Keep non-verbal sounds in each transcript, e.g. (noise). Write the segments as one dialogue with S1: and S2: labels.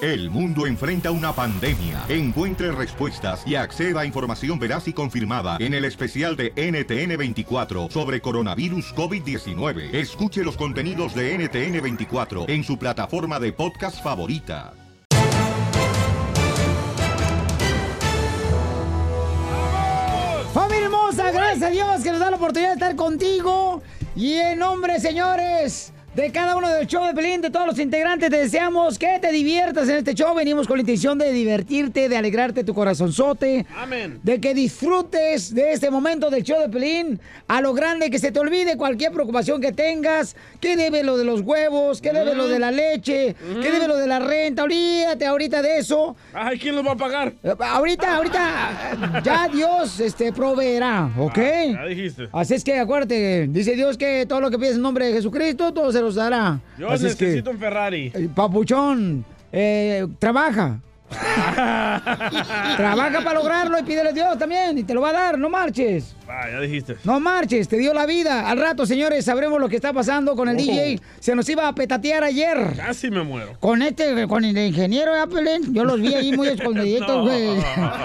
S1: El mundo enfrenta una pandemia. Encuentre respuestas y acceda a información veraz y confirmada en el especial de NTN24 sobre coronavirus COVID-19. Escuche los contenidos de NTN24 en su plataforma de podcast favorita.
S2: Familia hermosa, gracias a Dios que nos da la oportunidad de estar contigo. Y en nombre, señores, de cada uno del show de Pelín, de todos los integrantes, te deseamos que te diviertas en este show. Venimos con la intención de divertirte, de alegrarte tu corazonzote.
S3: Amén.
S2: De que disfrutes de este momento del show de Pelín a lo grande, que se te olvide cualquier preocupación que tengas. Que debe lo de los huevos, que debe lo de la leche, que debe lo de la renta. Olvídate ahorita de eso. Eh,
S3: Ay, ¿quién los va a pagar?
S2: Ahorita, ahorita, ya Dios este, proveerá, ¿ok?
S3: Ah, ya dijiste.
S2: Así es que acuérdate, dice Dios que todo lo que pides en nombre de Jesucristo, todo se los dará.
S3: Yo
S2: Así es que,
S3: necesito un Ferrari.
S2: eh, papuchón, eh,
S3: (laughs)
S2: trabaja. trabaja para lograrlo y pídele a Dios también, y te lo va a dar, no marches.
S3: Ah, ya dijiste.
S2: No marches, te dio la vida. Al rato, señores, sabremos lo que está pasando con el
S3: Oh.
S2: DJ. Se nos iba a petatear ayer.
S3: Casi me muero.
S2: Con este, con el ingeniero de Apple, ¿eh? yo los vi ahí
S3: (laughs)
S2: muy escondiditos,
S3: No.
S2: güey.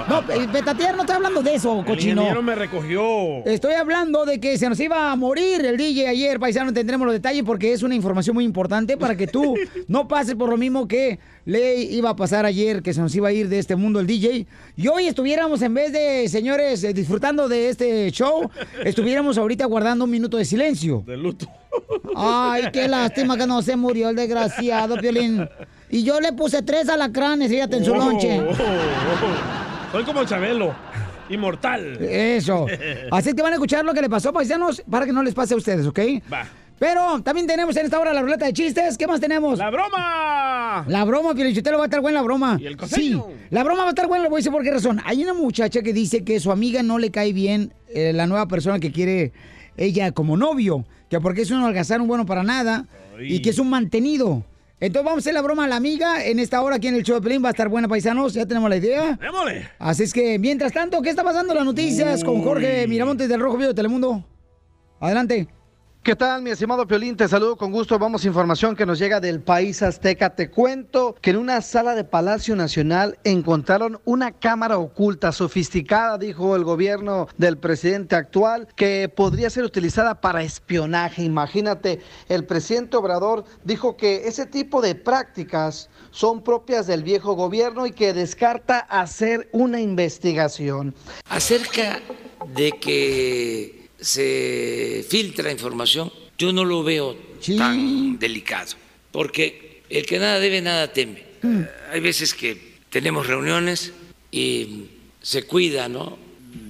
S2: No, eh, Betatier no está hablando de eso,
S3: El
S2: cochino.
S3: ingeniero me recogió.
S2: Estoy hablando de que se nos iba a morir el DJ ayer, paisano. Tendremos los detalles porque es una información muy importante para que tú no pases por lo mismo que le iba a pasar ayer, que se nos iba a ir de este mundo el DJ. Y hoy estuviéramos, en vez de, señores, eh, disfrutando de este show, estuviéramos ahorita guardando un minuto de silencio.
S3: De luto.
S2: Ay, qué lástima que no se murió el desgraciado, Piolín. Y yo le puse tres alacranes, fíjate, en su
S3: Oh,
S2: lonche.
S3: oh, oh. Soy como Chabelo. Inmortal. (laughs)
S2: Eso. Así es que van a escuchar lo que le pasó, paisanos, para que no les pase a ustedes, ¿ok?
S3: Va.
S2: Pero también tenemos en esta hora la ruleta de chistes. ¿Qué más tenemos?
S3: ¡La broma!
S2: La broma, Piolichotelo, va a estar buena la broma.
S3: ¿Y el
S2: sí,
S3: costeño?
S2: la broma va a estar buena, le voy a decir por qué razón. Hay una muchacha que dice que su amiga no le cae bien eh, la nueva persona que quiere ella como novio, que porque es un algazar, un bueno para nada, y que es un mantenido. Entonces vamos a hacer la broma a la amiga en esta hora aquí en el show de Pelín. Va a estar buena, paisanos, ya tenemos la idea.
S3: ¡Démosle!
S2: Así es que, mientras tanto, ¿qué está pasando en las noticias con Jorge Miramontes del Rojo Vivo de Telemundo? Adelante.
S4: ¿Qué tal, mi estimado Piolín? Te saludo con gusto. Vamos a información que nos llega del país azteca. Te cuento que en una sala de Palacio Nacional encontraron una cámara oculta sofisticada, dijo el gobierno del presidente actual, que podría ser utilizada para espionaje. Imagínate, el presidente Obrador dijo que ese tipo de prácticas son propias del viejo gobierno y que descarta hacer una investigación.
S5: Acerca de que se filtra información, yo no lo veo tan delicado, porque el que nada debe, nada teme. Hay veces que tenemos reuniones y se cuida, ¿no?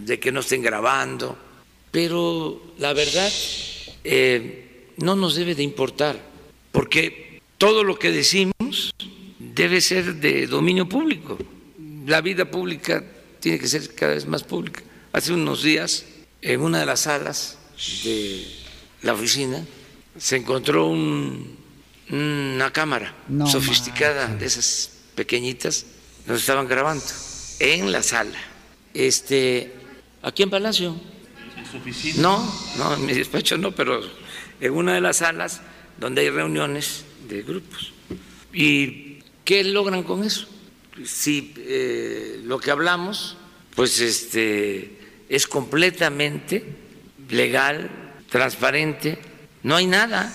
S5: De que no estén grabando, pero la verdad eh, no nos debe de importar, porque todo lo que decimos debe ser de dominio público. La vida pública tiene que ser cada vez más pública. Hace unos días, en una de las salas de la oficina, se encontró un- una cámara
S2: No
S5: sofisticada de esas pequeñitas. Nos estaban grabando en la sala. Este, aquí en Palacio. No, no, en mi despacho no, pero en una de las salas donde hay reuniones de grupos. ¿Y qué logran con eso? Si eh, lo que hablamos, pues este, es completamente legal, transparente, no hay nada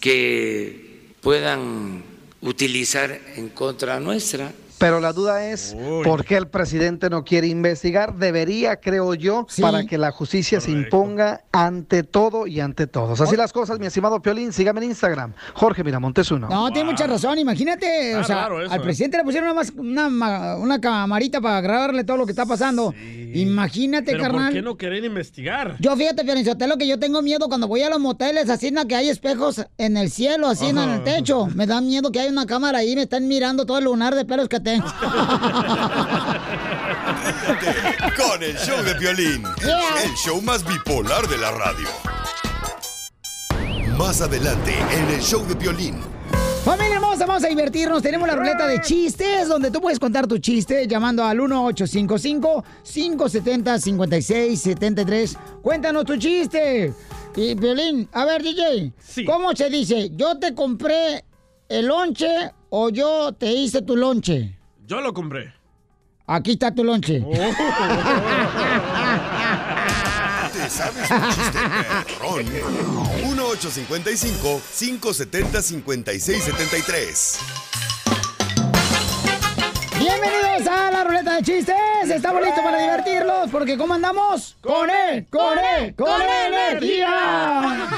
S5: que puedan utilizar en contra nuestra.
S4: Pero la duda es por qué el presidente no quiere investigar. Debería, creo yo, para que la justicia se imponga ante todo y ante todos. Así las cosas, mi estimado Piolín. Sígame en Instagram, Jorge Miramontes uno.
S2: No, tiene mucha razón. Imagínate,
S3: Ah,
S4: Está
S2: o sea,
S4: raro eso,
S2: al
S4: ¿eh?
S2: presidente le pusieron una, mas- una, ma- una camarita para grabarle todo lo que está pasando. Imagínate,
S3: Pero
S2: carnal.
S3: ¿por qué no querer investigar?
S2: Yo fíjate, Pianichotelo, que yo tengo miedo cuando voy a los moteles, así na, que hay espejos en el cielo, así na, en el techo. Me da miedo que hay una cámara ahí y me están mirando todo el lunar de pelos que
S3: (laughs)
S2: tengo.
S6: Con el show de violín.
S2: Yeah.
S6: El show más bipolar de la radio. Más adelante en el show de violín.
S2: Familia hermosa, vamos a divertirnos. Tenemos la ruleta de chistes donde tú puedes contar tu chiste llamando al 1-855-570-5673. Cuéntanos tu chiste. Y Violín, a ver, DJ, ¿cómo se dice? Yo te compré el lonche o yo te hice tu lonche?
S3: Yo lo compré.
S2: Aquí está tu lonche. (laughs)
S6: ¿Te sabes un chiste perrón? 1-855-570-5673.
S2: Bienvenidos a la ruleta de chistes. Estamos listos para divertirlos porque ¿cómo andamos? Con él, con él, con E energía.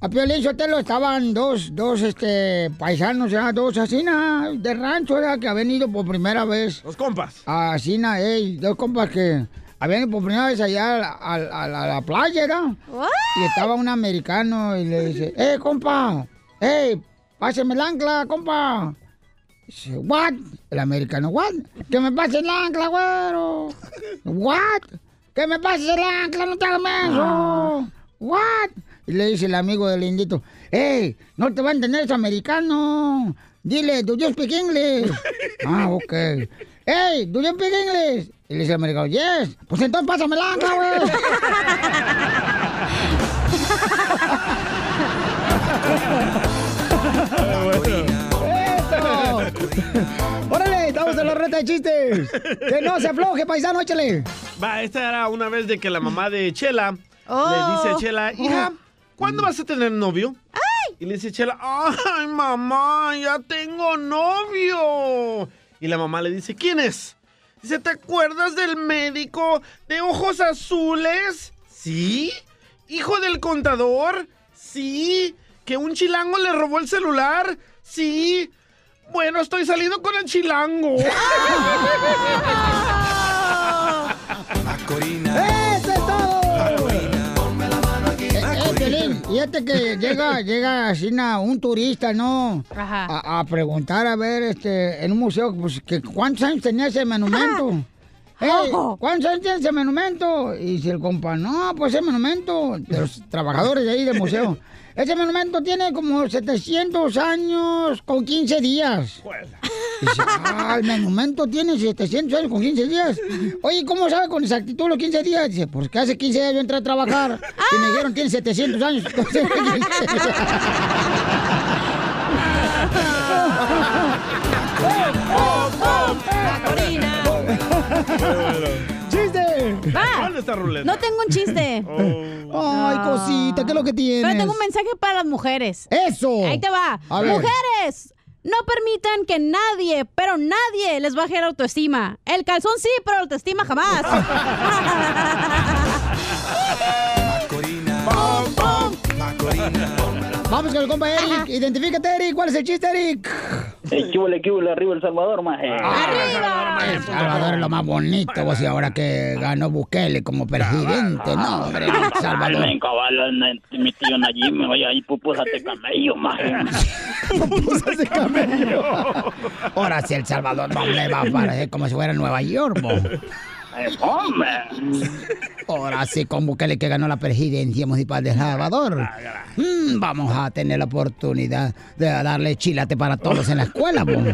S2: A Piolín Sotelo estaban dos, dos este, paisanos, ya, dos asesinas de rancho ya, que habían ido por primera vez.
S3: Dos compas.
S2: Asina, ey, dos compas que habían ido por primera vez allá a, la- a la- a la playa, ¿verdad? Y estaba un americano y le dice, ¡Eh, compa! ¡Eh, páseme el ancla, compa! Dice, ¿what? El americano, ¿what? ¡Que me pase el ancla, güero! ¿What? ¡Que me pase el ancla, no te hagas menso! ¿What? Y le dice el amigo del indito, ¡eh, no te va a entender ese americano! Dile, do you speak English? ah, ok. ¡Ey, do you speak English? Y le dice el americano, yes. Pues entonces pásame el ancla, güey. ¡Órale! ¡Estamos en la reta de chistes! ¡Que no se afloje, paisano! ¡Échale!
S3: Va, esta era una vez de que la mamá de Chela
S7: Oh.
S3: le dice a Chela, hija, ¿cuándo vas a tener novio? Y le dice Chela, ay, mamá, ya tengo novio. Y la mamá le dice, ¿quién es? Dice, ¿te acuerdas del médico de ojos azules? Sí. ¿Hijo del contador? Sí. ¿Que un chilango le robó el celular? Sí. Bueno, estoy saliendo con el chilango.
S2: ¡Eso es todo! Eh, eh, Piolín, fíjate que llega, llega así na, un turista, ¿no?
S7: Ajá.
S2: A, a preguntar, a ver, este, en un museo, pues, que ¿cuántos años tenía ese monumento? Ey, ¿Cuántos años tiene ese monumento? Y si el compa, no, pues ese monumento, de los trabajadores de ahí del museo, ese monumento tiene como 700 años con 15 días. Dice, ah, el monumento tiene 700 años con 15 días. Oye, ¿cómo sabe con exactitud los 15 días? Dice, porque hace 15 días yo entré a trabajar y me dijeron tiene 700 años. (laughs) Entonces, ¡Chiste!
S7: Va.
S3: ¿Cuál está ruleta? Oh. Ah.
S7: No tengo un
S3: (laughs)
S7: chiste.
S2: Ay, cosita, ¿qué es lo que tienes?
S7: Pero tengo un mensaje para las mujeres.
S2: ¡Eso!
S7: Ahí te va.
S2: A ver.
S7: Mujeres, no permitan que nadie, pero nadie les baje la autoestima. El calzón sí, pero la
S2: (laughs)
S7: autoestima jamás.
S2: Vamos con el compa Eric. Identifícate, Eric. ¿Cuál es el chiste, Eric? Ah,
S8: Equíbole, equíbole, arriba El Salvador, maje.
S7: ¡Arriba!
S2: El Salvador es lo más bonito, vos, y ahora que ganó Bukele como presidente. No, hombre, El Salvador.
S8: Ay, cabal, mi tío Nayib, me vaya ahí pupusas de camello, maje.
S2: Pupusas de camello. Ahora sí, El Salvador no le va a parecer como si fuera Nueva York, bo.
S8: Eh, hombre.
S2: Ahora sí, con Bukele que ganó la presidencia municipal de El Salvador. Mm, vamos a tener la oportunidad de darle chilate para todos en la
S9: (laughs)
S2: escuela, bo. Mm,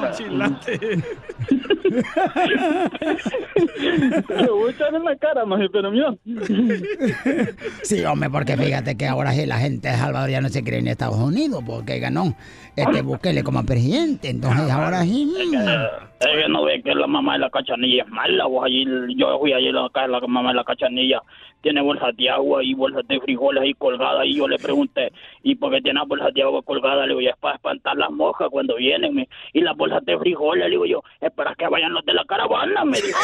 S2: vas a ver.
S8: Le gustan en la cara, maje, pero
S2: (laughs)
S8: mío.
S2: Sí, hombre, porque fíjate que ahora sí la gente de Salvador ya no se cree en Estados Unidos porque ganó este Bukele como presidente. Entonces ahora sí. mm,
S8: Ella eh, no ve que la mamá de la cachanilla es mala, vos allí, yo fui allí a la casa de la mamá de la cachanilla, tiene bolsas de agua y bolsas de frijoles ahí colgadas, y yo le pregunté, ¿y por qué tiene bolsas de agua colgadas? Le digo, "Ya es para espantar las moscas cuando vienen, me. y las bolsas de frijoles, le digo yo, esperas que vayan los de la caravana, me dijo.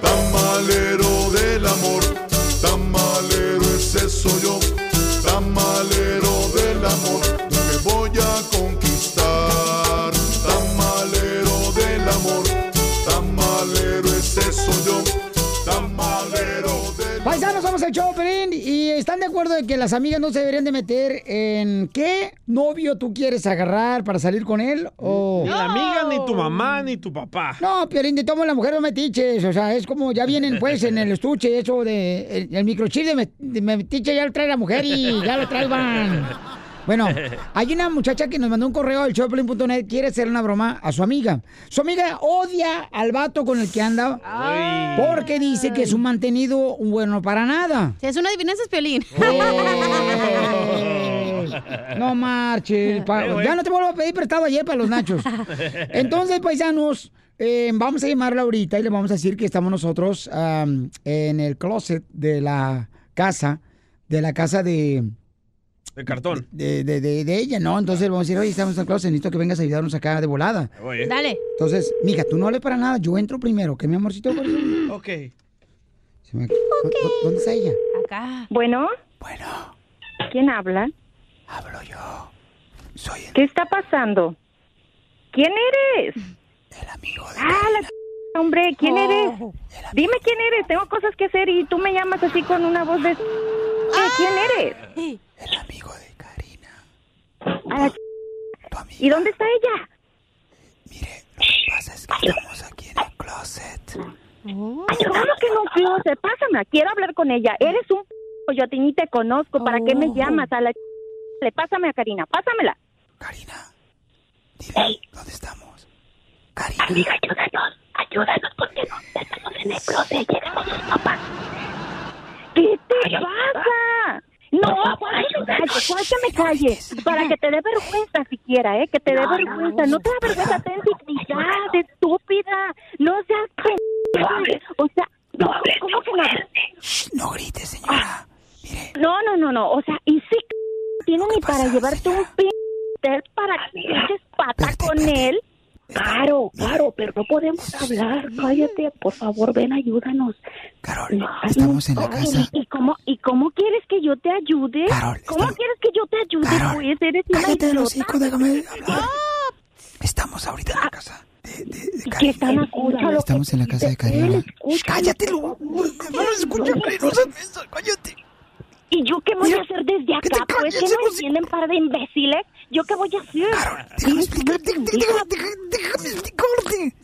S6: Tamalero del amor, tamalero ese soy yo. Tamalero del amor, me voy a conquistar. Tamalero del amor, tamalero ese soy yo. Tamalero del
S2: Paisanos, somos el Choplin y están de acuerdo de que las amigas no se deberían de meter en qué novio tú quieres agarrar para salir con él o...
S3: Ni la amiga, ni tu mamá, ni tu papá.
S2: No, Piolín, de tomo la mujer no metiches, o sea, es como ya vienen pues en el estuche eso de... El, el microchip de, me- de metiche ya lo trae la mujer y ya lo traen Bueno, hay una muchacha que nos mandó un correo al showplane.net, quiere hacer una broma a su amiga. Su amiga odia al vato con el que anda porque dice que es un mantenido bueno para nada.
S7: Si es una adivinanza, es Piolín.
S2: Oh. No marche. pa- ya no te vuelvo a pedir prestado ayer para los (laughs)
S9: (laughs)
S2: nachos. Entonces, paisanos, eh, vamos a llamarla ahorita y le vamos a decir que estamos nosotros am, en el closet de la casa, de la casa de,
S3: De cartón.
S2: de, de- de- de ella, ¿no? Entonces vamos a decir, oye, estamos en el closet, necesito que vengas a ayudarnos acá de volada.
S3: Voy, eh.
S7: Dale.
S2: Entonces, mija, tú no hables para nada, yo entro primero, que mi amorcito.
S3: Ok.
S2: Se me- ¿Dó- ¿Dónde está ella?
S7: Acá.
S10: Bueno.
S2: Bueno.
S10: ¿Quién habla?
S2: Hablo yo. Soy
S10: ¿Qué está pasando? ¿Quién eres? El amigo de Ah, la ch- hombre,
S7: Oh.
S10: ¿quién eres? Dime quién eres, tengo cosas que hacer y tú me llamas así con una voz de ¿Qué?
S7: Ah.
S10: ¿Quién eres?
S7: Sí.
S10: A la ch- ¿Y dónde está ella?
S7: Oh.
S10: Ay, ¿Cómo que no closet? Pásame, quiero hablar con ella. Eres un p- yo a ti ni te conozco, ¿para qué me
S7: Oh.
S10: llamas? A la ch- le pásame a Karina, pásamela. Karina, dime, ¿dónde estamos? Karina. ayúdanos, ayúdanos porque no estamos en el closet, llegamos los papás. ¿Qué te pasa? No, ¿cuál que me calles, ¿cuál que me calles? Para que te dé vergüenza siquiera, ¿eh? Que te dé vergüenza. No, te da vergüenza, ten dignidad, estúpida. No seas p- O sea, no, ¿cómo que no?
S2: No grites, señora.
S10: Ah. No, no, no, no. O sea, y sí c- tiene ni para llevarte un p... hotel para que te eches pata con él. Claro, claro, pero no podemos hablar. Cállate, por favor, ven, ayúdanos.
S2: Carol,
S10: No, ay, no, ay, ¿Y cómo, ¿Y cómo quieres que yo te ayude?
S2: Carol,
S10: ¿Cómo
S2: estamos-
S10: quieres que yo te ayude,
S2: Carol,
S10: pues? Eres una idiota. ¡Ah!
S2: déjame hablar. Estamos ahorita en la casa de, de, de
S10: Que Ah. están escucha lo
S2: Estamos en la casa de Karina.
S10: Cállate, Lu. ¿Y yo qué voy a hacer desde acá? Pues que no entienden par de imbéciles. ¿Yo qué voy a hacer?
S2: Déjame explicarte, déjame, déjame- déjame explicarte.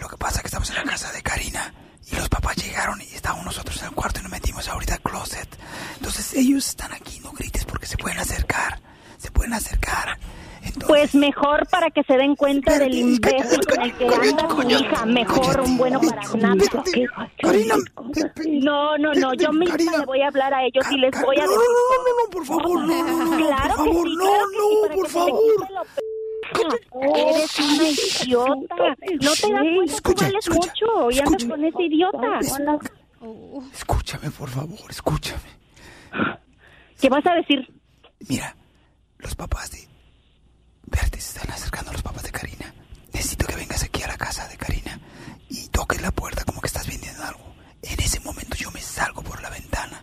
S2: Lo que pasa es que estamos en la casa de Karina y los papás llegaron y estábamos nosotros en el cuarto y nos metimos ahorita al closet. Entonces ellos están aquí, no grites porque se pueden acercar, se pueden acercar. Entonces,
S10: Pues mejor para que se den cuenta del imbécil con el que anda tu hija. Mejor un bueno para nada.
S2: Karina,
S10: No, no, no. Yo misma le voy a hablar a ellos y les voy a
S2: no, no,
S10: decir.
S2: no, no, no, por favor, no, no, no,
S10: Claro
S2: por favor,
S10: que sí,
S2: no,
S10: claro que sí,
S2: no,
S10: para
S2: por favor.
S10: que se te quite lo p- Eres una idiota. No te das cuenta,
S2: Escucha,
S10: tú vales
S2: escucha,
S10: mucho y andas
S2: escucha. Oh.
S10: con ese idiota.
S2: Escúchame, por favor, escúchame.
S10: ¿Qué vas a decir?
S2: Mira, los papás de. Verte, se están acercando los papás de Karina. Necesito que vengas aquí a la casa de Karina y toques la puerta como que estás vendiendo algo. En ese momento yo me salgo por la ventana.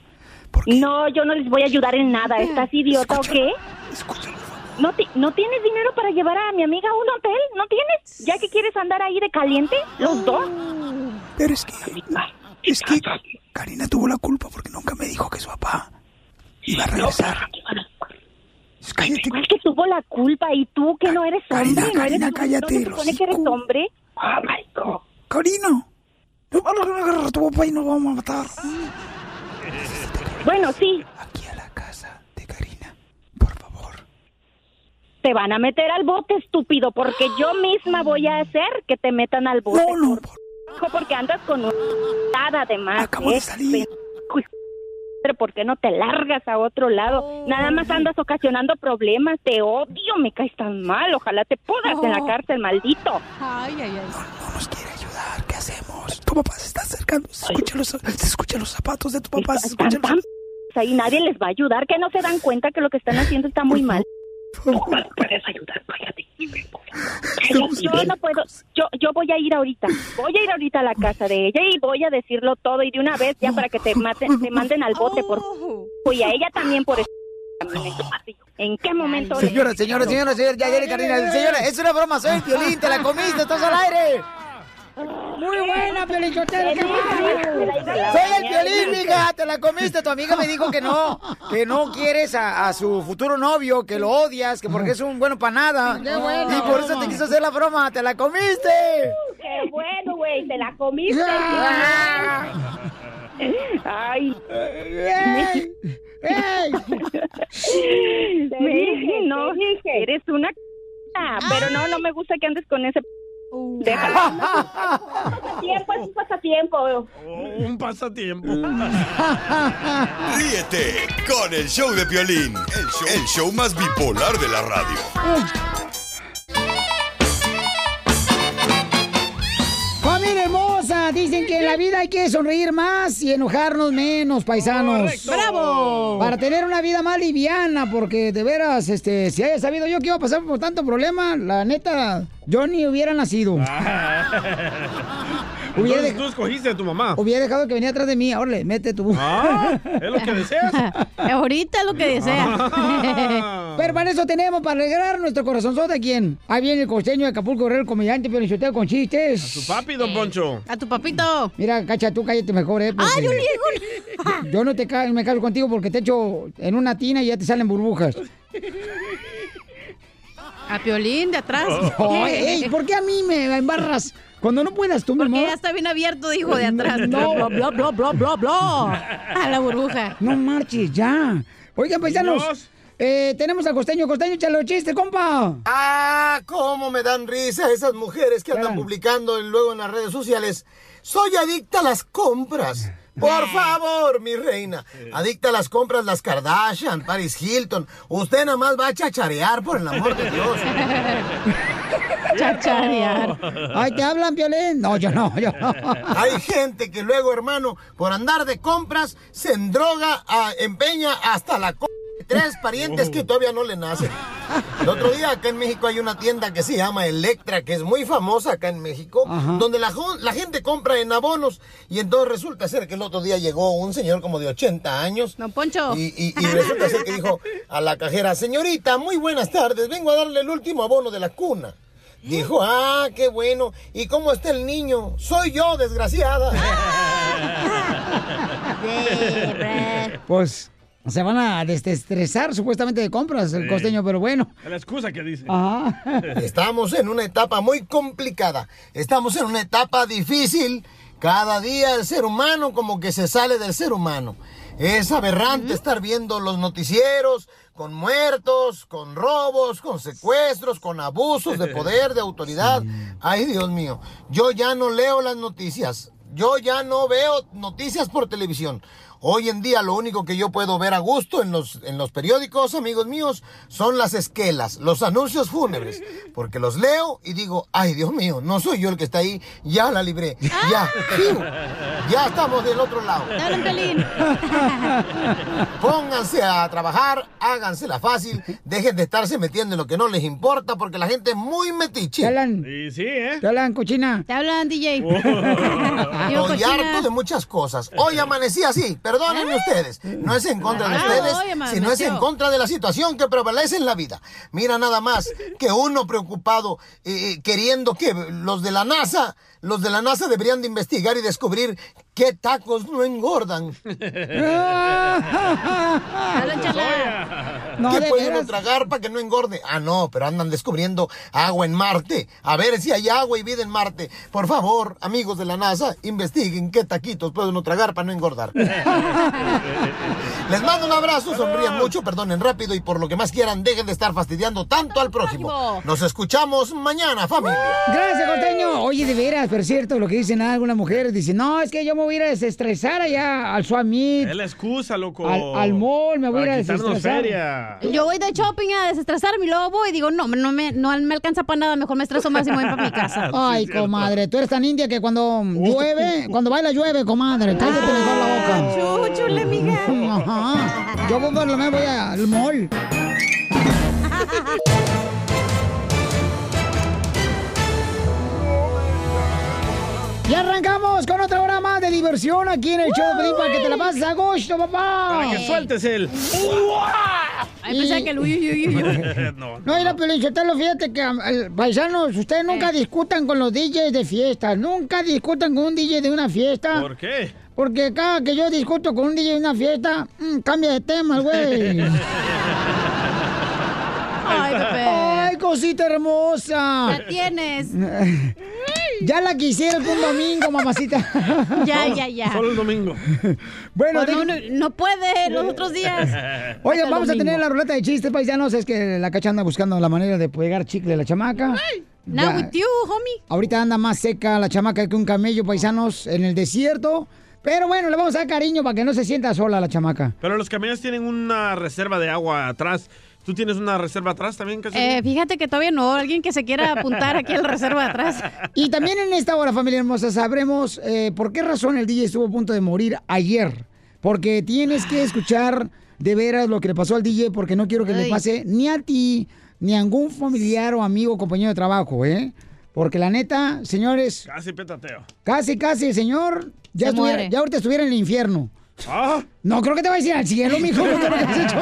S2: Porque.
S10: No, yo no les voy a ayudar en nada. ¿Estás idiota o qué?
S2: Escúchame, por favor.
S10: ¿No, ti- ¿No tienes dinero para llevar a mi amiga a un hotel? ¿No tienes? ¿Ya que quieres andar ahí de caliente? ¿Los dos?
S2: Pero es que. Es que Karina tuvo la culpa porque nunca me dijo que su papá iba a regresar. Es- Cállate,
S10: ¿Cuál que tuvo la culpa? ¿Y tú que no eres
S2: Karina,
S10: hombre? ¿No eres
S2: Karina,
S10: hombre?
S2: cállate,
S10: ¿No se supone que eres
S2: hocico. Ah,
S10: hombre? Oh, my God.
S2: Karina. Nos van a agarrar a tu papá y nos vamos a matar.
S10: Bueno, sí,
S2: Aquí a la casa de Karina. Por favor.
S10: te van a meter al bote, estúpido, porque yo misma voy a hacer que te metan al bote.
S2: No, no, por
S10: hijo, Porque andas con un... además.
S2: Acabo de
S10: ¿eh?
S2: salir.
S10: Pero ¿por qué no te largas a otro lado? Nada más andas ocasionando problemas. Te odio, me caes tan mal. Ojalá te pudras en la cárcel, maldito.
S7: Ay, ay, ay.
S2: No nos quiere ayudar, ¿qué hacemos? Tu papá se está acercando, se escuchan los, se escuchan los zapatos de tu papá, se
S10: Tan,
S2: escuchan
S10: tan, ahí nadie les va a ayudar, que no se dan cuenta que lo que están haciendo está muy mal. Yo no puedo, yo, yo voy a ir ahorita, voy a ir ahorita a la casa de ella y voy a decirlo todo y de una vez ya para que te, maten, te manden al bote por
S7: Oh.
S10: y a ella también por eso. ¿En qué momento? le-
S2: Señora, señora, señora, señora, ya, ya, Karina, señora, es una broma, soy el violín, te la comiste, estás al aire. Muy buena, Pelichotero, qué buena. Soy el violín, mija, te la comiste. Tu amiga me dijo que no, que no quieres a, a su futuro novio, que lo odias, que porque es un bueno para nada. Y por eso te quiso hacer la broma, te la comiste.
S10: Qué bueno, güey, te la comiste.
S2: Ah.
S10: Ay, Te
S11: Me
S10: dije,
S11: dije,
S10: te
S11: no,
S10: dije.
S11: eres una c******, pero no, no me gusta que andes con ese p- Déjalo.
S10: Tiempo es un pasatiempo.
S3: Un pasatiempo.
S9: Ừ.
S6: Ríete con el show de Piolín, el show, el show más bipolar de la radio.
S2: Familia hermosa, dicen que en la vida hay que sonreír más y enojarnos menos, paisanos.
S7: Correcto. ¡Bravo!
S2: Para tener una vida más liviana, porque de veras, este, si haya sabido yo que iba a pasar por tanto problema, la neta, yo ni hubiera nacido. Hubiera
S3: Ah, Entonces
S2: dej-
S3: tú escogiste a tu mamá.
S2: Hubiera dejado que venía atrás de mí, órale, mete tu... (laughs)
S3: Ah, es lo que deseas.
S2: Ahorita es lo que
S3: desea.
S2: (laughs) Pero para eso tenemos, para alegrar nuestro corazonzote, ¿a quién? Ahí viene el costeño de Acapulco, Guerrero, el comediante, pero con chistes.
S3: Tu papi, don Poncho.
S2: A tu papito. Mira, cacha, tú cállate mejor, ¿eh?
S7: ¡Ah,
S2: porque (laughs)
S7: yo
S2: Yo no te ca- me caso contigo porque te echo en una tina y ya te salen burbujas.
S7: A Piolín de atrás.
S2: No, Oh. ey, ¿Por qué a mí me embarras? Cuando no puedas tú, mi
S7: Porque
S2: amor.
S7: ya está bien abierto, dijo, de atrás.
S2: No.
S7: Bla, bla, bla, bla, bla, bla.
S2: A la burbuja. No marches, ya. Oigan, paisanos.
S12: Dios.
S2: eh, tenemos al costeño, costeño, échale los chistes, compa.
S12: Ah, cómo me dan risa esas mujeres que andan publicando en- luego en las redes sociales. Soy adicta a las compras. Por favor, mi reina. Adicta a las compras las Kardashian, Paris Hilton. Usted nada más va a chacharear, por el amor de Dios.
S2: Chacharear. Ay, ¿te hablan, Piolín? No, yo no, yo no.
S12: Hay gente que luego, hermano, por andar de compras, se endroga, a- empeña hasta la co de tres parientes que todavía no le nacen. El otro día acá en México hay una tienda que se llama Electra, que es muy famosa acá en México,
S2: Ajá.
S12: donde la, jo- la gente compra en abonos y entonces resulta ser que el otro día llegó un señor como de 80 años. Y, y- y resulta ser que dijo a la cajera, señorita, muy buenas tardes, vengo a darle el último abono de la cuna. Dijo, ah, qué bueno. ¿Y cómo está el niño? Soy yo,
S9: (laughs)
S12: desgraciada.
S2: Pues se van a desestresar supuestamente de compras el
S12: Sí.
S2: costeño, pero bueno.
S12: La excusa que dice.
S2: Ah. Ajá.
S12: Estamos en una etapa muy complicada. Estamos en una etapa difícil. Cada día el ser humano como que se sale del ser humano. Es aberrante estar viendo los noticieros con muertos, con robos, con secuestros, con abusos de poder, de autoridad. Ay, Dios mío, yo ya no leo las noticias. Yo ya no veo noticias por televisión. Hoy en día lo único que yo puedo ver a gusto en los, en los periódicos, amigos míos, son las esquelas, los anuncios fúnebres, porque los leo y digo, ay Dios mío, no soy yo el que está ahí, ya la libré, ya,
S9: Ah.
S12: ¡fiu! ya estamos del otro lado. (laughs) Pónganse a trabajar, háganse la fácil, dejen de estarse metiendo en lo que no les importa, porque la gente es muy metiche.
S3: Sí, sí, ¿eh? Oh.
S2: Te hablan, cochina.
S7: Te hablan, DJ. Digo,
S12: Estoy
S7: cochina.
S12: harto de muchas cosas. Hoy amanecí así, perdónenme ustedes. No es en contra de
S7: Ah,
S12: ustedes,
S7: hoy amaneció.
S12: sino es en contra de la situación que prevalece en la vida. Mira nada más que uno preocupado eh, eh, queriendo que los de la NASA, los de la NASA deberían de investigar y descubrir qué tacos no engordan.
S2: No,
S9: à. (laughs)
S12: ¿Qué
S2: de
S12: puede
S2: veras.
S12: uno tragar para que no engorde? Ah, no, pero andan descubriendo agua en Marte. A ver si hay agua y vida en Marte. Por favor, amigos de la NASA, investiguen qué taquitos puede uno tragar para no engordar. Les mando un abrazo, sonrían mucho, perdonen rápido y por lo que más quieran, dejen de estar fastidiando tanto al prójimo. Nos escuchamos mañana, familia.
S2: Gracias, costeño. Oye, de veras, pero es cierto lo que dicen algunas mujeres. Dicen, no, es que yo me voy a ir a desestresar allá al Suamit,
S3: Es la excusa, loco.
S2: al, al mall, me voy a ir a
S3: Para quitarnos
S2: desestresar.
S3: feria.
S7: Yo voy de shopping a desestresarme y luego voy y digo, no, no me, no me alcanza para nada, mejor me estreso más y me voy para mi casa.
S2: Ay, comadre, tú eres tan india que cuando mm, llueve, cuando baila llueve, comadre, cállate mejor la boca. Chúchule, Miguel. (laughs) Ajá. Yo por lo menos voy al mall. Y arrancamos con otra hora más de diversión aquí en el show de Pelín para que te la pases a gusto, papá.
S3: Para que sueltes el.
S2: Ay, pensaba que el uy, uy, uy, uy.
S3: (laughs) No.
S2: No, mira, Piolín Sotelo, fíjate que, am, el- paisanos, ustedes nunca discutan con los DJs de fiesta. Nunca discutan con un DJ de una fiesta.
S3: ¿Por qué?
S2: Porque cada que yo discuto con un DJ de una fiesta, mm,
S3: (laughs)
S2: cambia de tema, el güey.
S3: Ahí está.
S2: Ay, cosita hermosa.
S7: La tienes.
S2: (laughs) Ya la quisiera un domingo, mamacita.
S7: (laughs) Ya, ya, ya.
S3: Solo el domingo.
S2: (laughs) Bueno,
S7: Cuando
S2: dejen-
S7: uno no puede los
S3: (laughs)
S7: otros días.
S2: Oye,
S7: Hasta el
S2: vamos a
S7: domingo.
S2: tener la ruleta de chistes, paisanos. Es que la cacha anda buscando la manera de pegar chicle a la chamaca.
S7: Now
S2: Ya.
S7: with you, homie.
S2: Ahorita anda más seca la chamaca que un camello, paisanos, en el desierto. Pero bueno, le vamos a dar cariño para que no se sienta sola la chamaca.
S3: Pero los camellos tienen una reserva de agua atrás. ¿Tú tienes una reserva atrás también, Casimiro?
S7: Eh, fíjate que todavía no. Alguien que se quiera apuntar aquí a la reserva atrás.
S2: (laughs) Y también en esta hora, familia hermosa, sabremos eh, por qué razón el DJ estuvo a punto de morir ayer. Porque tienes que escuchar de veras lo que le pasó al DJ, porque no quiero que le
S7: Ay.
S2: pase ni a ti, ni a ningún familiar o amigo o compañero de trabajo, ¿eh? Porque la neta, señores,
S3: Casi petateo.
S2: casi, casi el señor ya,
S3: Se
S2: estuviera-
S3: muere.
S2: ya ahorita estuviera en el infierno. No, creo que te va a decir al cielo, mijo, por todo lo que has hecho.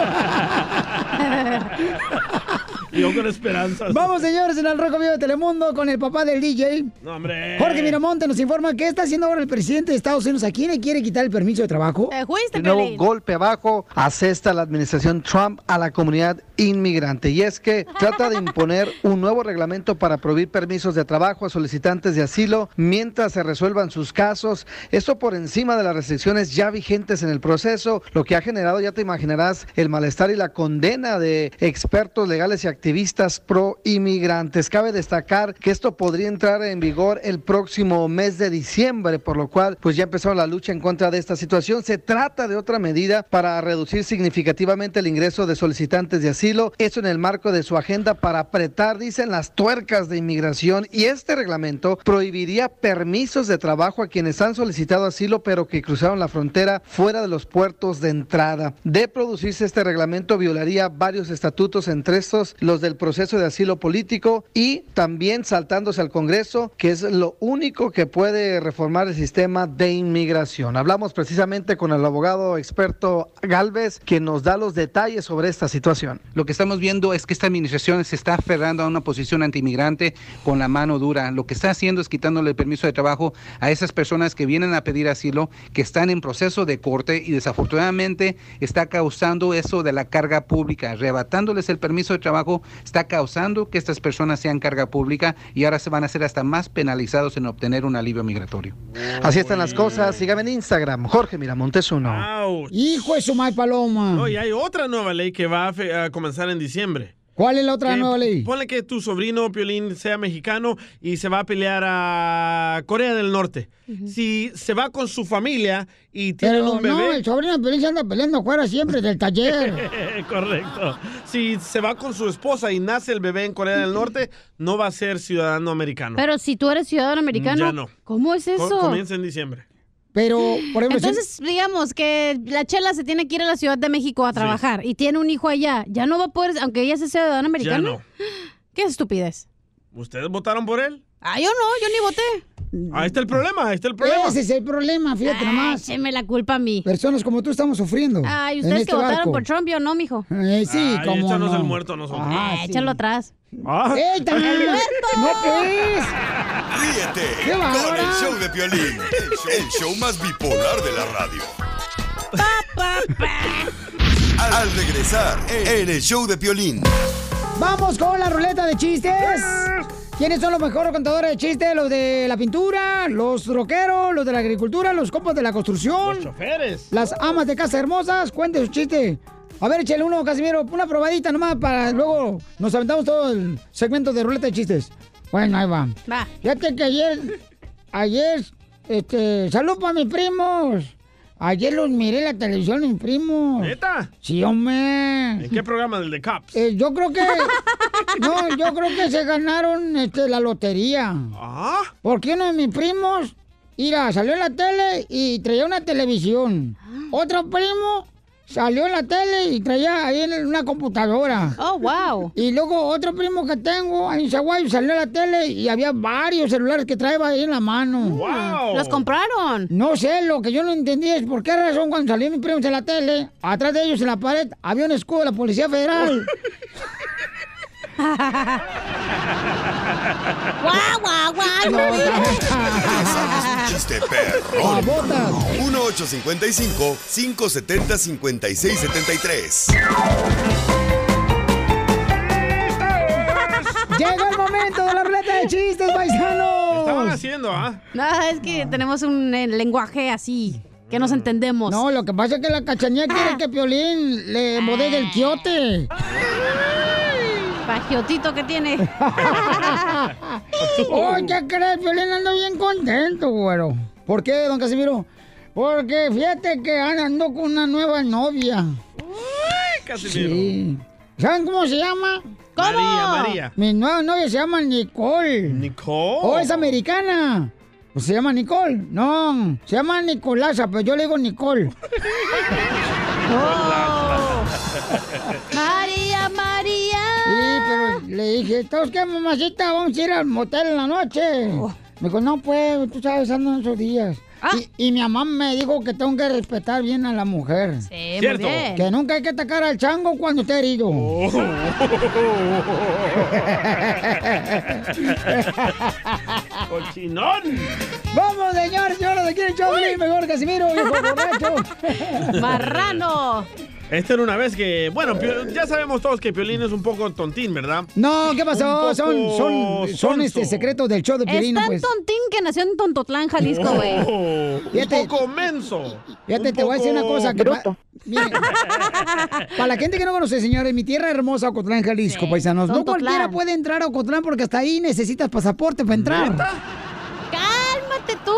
S3: Yo con esperanzas.
S2: Vamos, señores, en el Rojo Vivo de Telemundo con el papá del DJ.
S3: No, hombre.
S2: Jorge Miramonte nos informa qué está haciendo ahora el presidente de Estados Unidos. ¿A quién le quiere quitar el permiso de trabajo?
S3: Eh,
S4: De nuevo golpe abajo asesta la administración Trump a la comunidad inmigrante y es que trata de imponer un nuevo reglamento para prohibir permisos de trabajo a solicitantes de asilo mientras se resuelvan sus casos. Esto por encima de las restricciones ya vigentes en el proceso, lo que ha generado, ya te imaginarás, el malestar y la condena de expertos legales y activistas pro inmigrantes. Cabe destacar que esto podría entrar en vigor el próximo mes de diciembre, por lo cual pues ya empezaron la lucha en contra de esta situación. Se trata de otra medida para reducir significativamente el ingreso de solicitantes de asilo, eso en el marco de su agenda para apretar, dicen, las tuercas de inmigración y este reglamento prohibiría permisos de trabajo a quienes han solicitado asilo pero que cruzaron la frontera fuera de los puertos de entrada. De producirse este reglamento violaría varios estatutos, entre estos los del proceso de asilo político y también saltándose al Congreso, que es lo único que puede reformar el sistema de inmigración. Hablamos precisamente con el abogado experto Galvez, quien nos da los detalles sobre esta situación.
S13: Lo que estamos viendo es que esta administración se está aferrando a una posición antimigrante con la mano dura. Lo que está haciendo es quitándole el permiso de trabajo a esas personas que vienen a pedir asilo, que están en proceso de corte y desafortunadamente está causando eso de la carga pública. Arrebatándoles el permiso de trabajo está causando que estas personas sean carga pública y ahora se van a ser hasta más penalizados en obtener un alivio migratorio.
S4: Así están las cosas. Sígame en Instagram, Jorge Miramontes uno.
S2: Hijo de su mal paloma.
S3: No, y hay otra nueva ley que va a, fe- a comenzar en diciembre.
S2: ¿Cuál es la otra
S3: Que
S2: nueva ley?
S3: Ponle que tu sobrino Piolín sea mexicano y se va a pelear a Corea del Norte. Si se va con su familia y
S2: (laughs)
S3: tiene
S2: Pero
S3: un
S2: no,
S3: bebé.
S2: el sobrino de Pelín se anda peleando afuera siempre
S3: (laughs)
S2: del taller.
S3: Correcto. Si se va con su esposa y nace el bebé en Corea del Norte, no va a ser ciudadano americano.
S7: Pero si tú eres ciudadano americano,
S3: Ya no.
S7: ¿cómo es
S3: Co-
S7: eso?
S3: comienza en diciembre.
S2: pues Pero, por ejemplo, si-
S7: Entonces, digamos que la chela se tiene que ir a la Ciudad de México a trabajar y tiene un hijo allá. Ya no va a poder, aunque ella sea ciudadana americana.
S3: Ya
S7: Qué estupidez.
S3: no. ¿Ustedes votaron por él?
S7: Ah, yo no, yo ni voté.
S3: Ahí está el problema, ahí está el problema.
S2: Ese es el problema, fíjate nomás.
S7: Écheme la culpa a mí.
S2: Personas como tú estamos sufriendo.
S7: Ay,
S2: en
S7: ustedes que
S2: este
S7: votaron
S2: barco.
S7: por Trump, yo no, mijo.
S2: Eh, sí,
S3: Ay,
S2: como
S3: échanos
S2: no.
S3: al muerto a nosotros.
S2: Ah,
S7: Eh,
S2: sí.
S7: Échalo atrás.
S3: Ah.
S2: ¡Ey, tan-
S6: ¡El
S2: muerto! (laughs) ¡No pues!
S6: Ríete
S2: ¡Qué
S6: con
S2: bárbara!
S6: el show
S2: (laughs)
S6: de Piolín, el show- el show más bipolar de la radio. Al, al regresar en el show de Piolín.
S2: Vamos con la ruleta de chistes. ¿Quiénes son los mejores contadores de chistes? Los de la pintura, los troqueros, los de la agricultura, los compas de la construcción. Los
S3: choferes.
S2: Las amas de casa hermosas. Cuente su chiste. A ver, échale uno, Casimiro. Una probadita nomás para luego nos aventamos todo el segmento de ruleta de chistes. Bueno, ahí va.
S7: Va.
S2: Fíjate que ayer, ayer, este, salud para mis primos. Ayer los miré en la televisión, mis primos.
S3: ¿Neta?
S2: Sí, hombre.
S3: ¿En qué programa? ¿Del de Cops?
S2: Eh, yo creo que. (laughs) No, yo creo que se ganaron este, la lotería.
S3: ¿Ah?
S2: Porque uno de mis primos, mira, salió en la tele y traía una televisión. Otro primo salió en la tele y traía ahí en una computadora.
S7: Oh, wow.
S2: Y luego otro primo que tengo ahí en Zaguayo salió en la tele y había varios celulares que traía ahí en la mano.
S7: Wow. Mm. ¿Los compraron?
S2: No sé, lo que yo no entendí es por qué razón cuando salió mi primo en la tele, atrás de ellos en la pared había un escudo de la Policía
S7: (laughs)
S2: Federal.
S7: ¡Guau, guau, guau!
S6: Un chiste perrón. 1-855-570-5673.
S2: Llega el momento de la ruleta de chistes, paisanos.
S3: Estaban haciendo, ¿ah?
S7: No, es que tenemos un eh, lenguaje así, que nos entendemos. Ah.
S2: No, lo que pasa es que la cachanilla quiere que Piolín le bodegue el quiote.
S7: Pajiotito que tiene.
S2: (laughs) Oye, ¿qué crees? Piolín ando bien contento, güero. ¿Por qué, don Casimiro? Porque fíjate que ahora ando con una nueva novia.
S3: Casimiro.
S2: Sí. ¿Saben cómo se llama?
S3: ¿Cómo? María, María.
S2: Mi nueva novia se llama Nicole.
S3: ¿Nicole?
S2: Oh, es americana. Pues se llama Nicole. No, se llama Nicolasa, pero yo le digo Nicole.
S7: María, María.
S2: Sí, pero le dije, ¿todos qué, mamacita? Vamos a ir al motel en la noche.
S7: Oh.
S2: Me dijo, no, pues, tú sabes, ando en esos días.
S7: Ah.
S2: Y, y mi mamá me dijo que tengo que respetar bien a la mujer.
S7: Sí, muy Cierto. bien.
S2: Que nunca hay que atacar al chango cuando esté herido.
S3: Oh. (laughs) ¡Cochinón!
S2: (laughs) Vamos, señores, señores, aquí en el show, mejor Casimiro, viejo borracho.
S7: (laughs) ¡Marrano!
S3: Esta era una vez que, bueno, Pio- ya sabemos todos que Piolín es un poco tontín, ¿verdad?
S2: No, ¿qué
S3: Un poco
S2: pasó? Son, son, son
S3: sonso.
S2: este secretos del show de
S7: Es
S2: Pirino,
S7: tan
S2: pues.
S7: tontín que nació en Tontotlán, Jalisco, güey.
S2: Fíjate.
S3: Oh, Un poco menso.
S2: Fíjate,
S3: Un
S2: te voy a decir una
S3: poco
S2: cosa. Que pa-
S3: bruto.
S2: Mire, para la gente que no conoce, señores, mi tierra hermosa, Ocotlán, Jalisco, paisanos. No
S7: Tontotlán.
S2: cualquiera puede entrar a Ocotlán porque hasta ahí necesitas pasaporte para entrar.
S7: ¡Cálmate tú!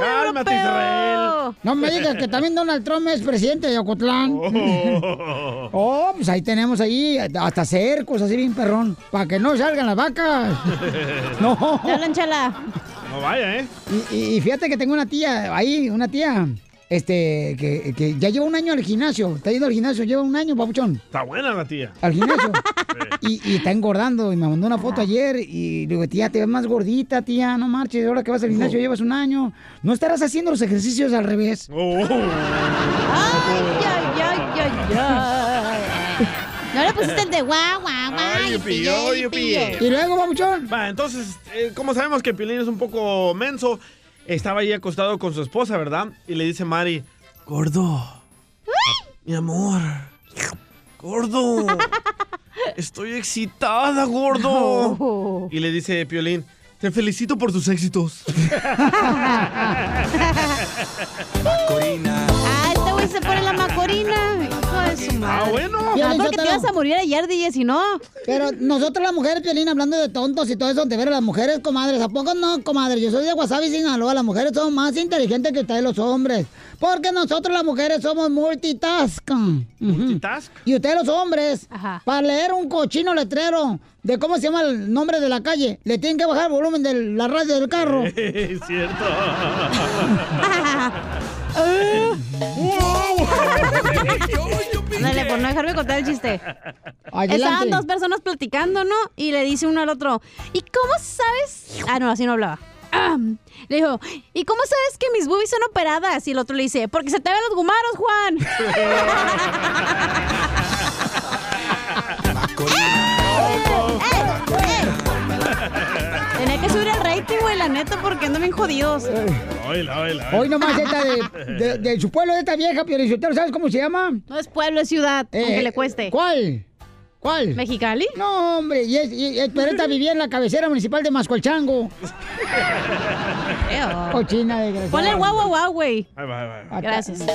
S3: ¡Cálmate, Israel!
S2: No me digas que también Donald Trump es presidente de Ocotlán.
S3: Oh.
S2: Oh, pues ahí tenemos ahí hasta cercos, así bien perrón, para que no salgan
S3: (laughs)
S2: las vacas. No.
S3: No vaya, ¿eh?
S2: Y, y- y fíjate que tengo una tía ahí, una tía, este, que, que ya lleva un año al gimnasio. Está yendo al gimnasio, lleva un año, papuchón.
S3: Está buena la tía.
S2: Al gimnasio. Y, y está engordando. Y me mandó una foto ayer y le digo, tía, te ves más gordita, tía, no marches. Ahora que vas al gimnasio llevas un año. ¿No estarás haciendo los ejercicios al revés?
S7: ¡Ay, ay, ay, ay! No le pusiste el de guau, guau, guau.
S3: Ay, yupi, oh, yupi.
S2: ¿Y luego, babuchón?
S3: Va, entonces, eh, como sabemos que Piolín es un poco menso, estaba ahí acostado con su esposa, ¿verdad? Y le dice Mari, gordo, mi amor, gordo, estoy excitada, gordo. Y le dice Piolín, te felicito por tus éxitos.
S7: Ah, este güey se pone la macorina. Hijo de su madre. Ah,
S3: bueno.
S7: No, porque te ibas a morir ayer, DJ, si no.
S2: Pero nosotros las mujeres, Piolín, hablando de tontos y todo eso, de ver a las mujeres, comadres, ¿a poco no, comadre? Yo soy de Wasabi, Sinaloa, las mujeres son más inteligentes que ustedes los hombres. Porque nosotros las mujeres somos multitask.
S3: ¿Multitask?
S2: Y ustedes los hombres, para leer un cochino letrero de cómo se llama el nombre de la calle, le tienen que bajar el volumen de la radio del
S7: (laughs)
S2: carro.
S3: Es cierto.
S7: Dale, por no dejarme contar el chiste.
S2: Adelante.
S7: Estaban dos personas platicando, ¿no? Y le dice uno al otro, ¿y cómo sabes? Ah, no, así no hablaba. Ah, Le dijo, ¿y cómo sabes que mis boobies son operadas? Y el otro le dice, porque se te ven los gumaros, Juan.
S2: (laughs)
S7: Tenía que subir el rating, güey, la neta, porque andan bien jodidos.
S3: Oíla, oíla,
S2: Hoy nomás esta de, de- de su pueblo, de esta vieja, Piolín, ¿Ustedes ¿sabes cómo se llama? Eh,
S7: No es pueblo, es ciudad, aunque le cueste.
S2: ¿Cuál? ¿Cuál?
S7: ¿Mexicali?
S2: No, hombre, y es, y- y- pero esta vivía en la cabecera municipal de Mascolchango. Cochina de gracia.
S7: Ponle guau, guau, guau, güey.
S3: Ahí va, ahí va.
S7: Gracias. (laughs)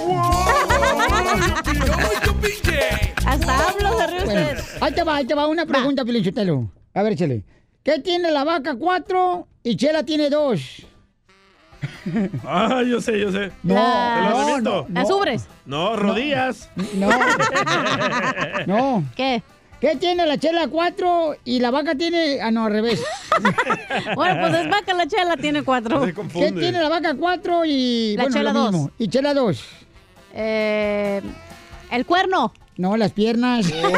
S7: Hasta hablo de río
S2: Bueno,
S7: usted.
S2: ahí te va, ahí te va una pregunta, Pilinchotelo. A ver, Chele. ¿Qué tiene la vaca cuatro y Chela tiene dos?
S3: Ah, yo sé, yo sé.
S2: No,
S3: ¿El
S2: no,
S3: lanzamiento?
S2: no, no. Las ubres.
S3: No, rodillas. (laughs)
S2: No. No.
S7: ¿Qué?
S2: ¿Qué tiene la Chela cuatro y la vaca tiene... Ah, no, al revés.
S7: (laughs) Bueno, pues es vaca, la chela tiene cuatro.
S2: ¿Qué tiene la vaca cuatro y...
S7: La
S2: bueno,
S7: Chela
S2: lo
S7: dos.
S2: mismo? Y Chela dos.
S7: Eh, el cuerno.
S2: No, las piernas.
S3: Oh.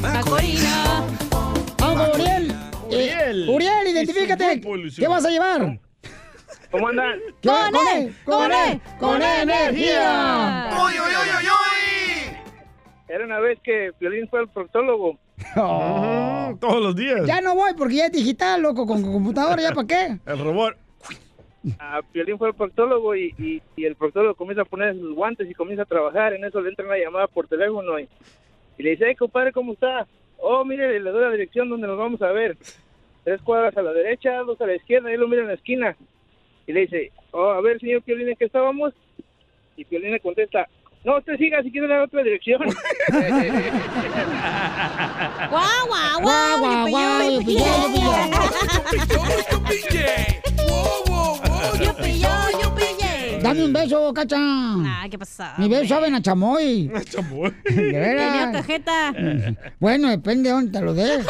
S7: Macorina.
S2: Vamos, con Uriel. Eh,
S3: Uriel.
S2: Uriel,
S3: Es un
S2: identifícate.
S3: grupo ilusionado.
S2: ¿Qué vas a llevar?
S14: ¿Cómo andan?
S2: ¿Qué va- con él, con él, con energía.
S14: ¡Uy, uy, uy, uy, uy! Era una vez que Piolín fue al (laughs) proctólogo. Oh.
S3: Ujú, Todos los días.
S2: Ya no voy porque ya es digital, loco, con computadora, ¿ya para qué?
S3: El robot.
S14: a Piolín fue al proctólogo y, y- y el proctólogo comienza a poner sus guantes y comienza a trabajar. En eso le entra una llamada por teléfono y, y le dice, hey, compadre, ¿cómo está? Oh, mire, le doy la dirección donde nos vamos a ver. Tres cuadras a la derecha, dos a la izquierda, y lo mira en la esquina. Y le dice, oh, a ver, señor Piolín, ¿en qué estábamos? Y Piolín le contesta, no, usted siga, si quiere la
S10: (laughs)
S14: otra dirección.
S7: ¡Guau, guau,
S10: guau!
S7: guau, guau,
S10: ¡Yupi, yo, yupi,
S7: Yupi, yo, yupi, yay.
S2: Dame un beso, cacha.
S7: Ah, ¿qué pasa?
S2: Mi beso saben a chamoy.
S3: Chamoy.
S2: De
S7: El mío
S2: veras.
S7: cajeta.
S2: (laughs) Bueno, depende de dónde te lo
S7: (laughs)
S2: des.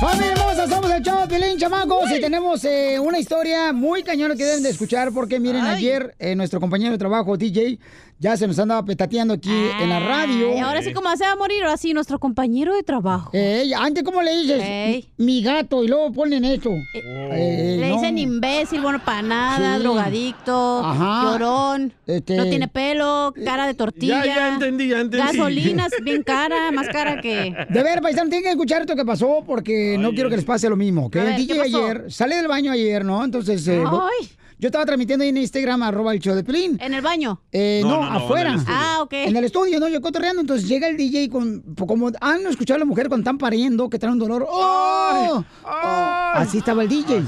S2: Familia hermosa, somos el show de Piolín, chamacos, y tenemos eh, una historia muy cañona que deben de escuchar porque miren, ayer eh, nuestro compañero de trabajo, DJ, ya se nos andaba petateando aquí en la radio. Eh,
S7: Ay, ahora sí, como se va a morir, ahora sí, nuestro compañero de trabajo.
S2: Ey, antes, ¿cómo le dices? Mi gato, y luego ponen esto. Eh,
S7: Le
S2: no.
S7: dicen imbécil, bueno para nada,
S2: Sí.
S7: drogadicto,
S2: Ajá. Eh,
S7: llorón,
S2: Este-
S7: no tiene pelo, cara de tortilla.
S3: ya entendí, ya entendí.
S2: (laughs)
S7: (laughs) Gasolinas bien cara, más cara que...
S2: De ver, paisano, tienen que escuchar esto que pasó porque no quiero que les pase lo mismo. Que
S7: A
S2: el
S7: ver,
S2: DJ
S7: ¿qué pasó?
S2: ayer, sale del baño ayer, ¿no? Entonces, eh,
S7: Ay.
S2: yo estaba transmitiendo ahí en Instagram, arroba el show de Pelín.
S7: ¿En el baño?
S2: Eh, no,
S7: No, no, no, en el
S2: afuera.
S7: estudio. Ah, ok.
S2: En el estudio, ¿no? Yo cotorreando, entonces llega el DJ con, como han escuchado a la mujer cuando están pariendo, que trae un dolor. ¡Oh! Oh, así estaba el DJ.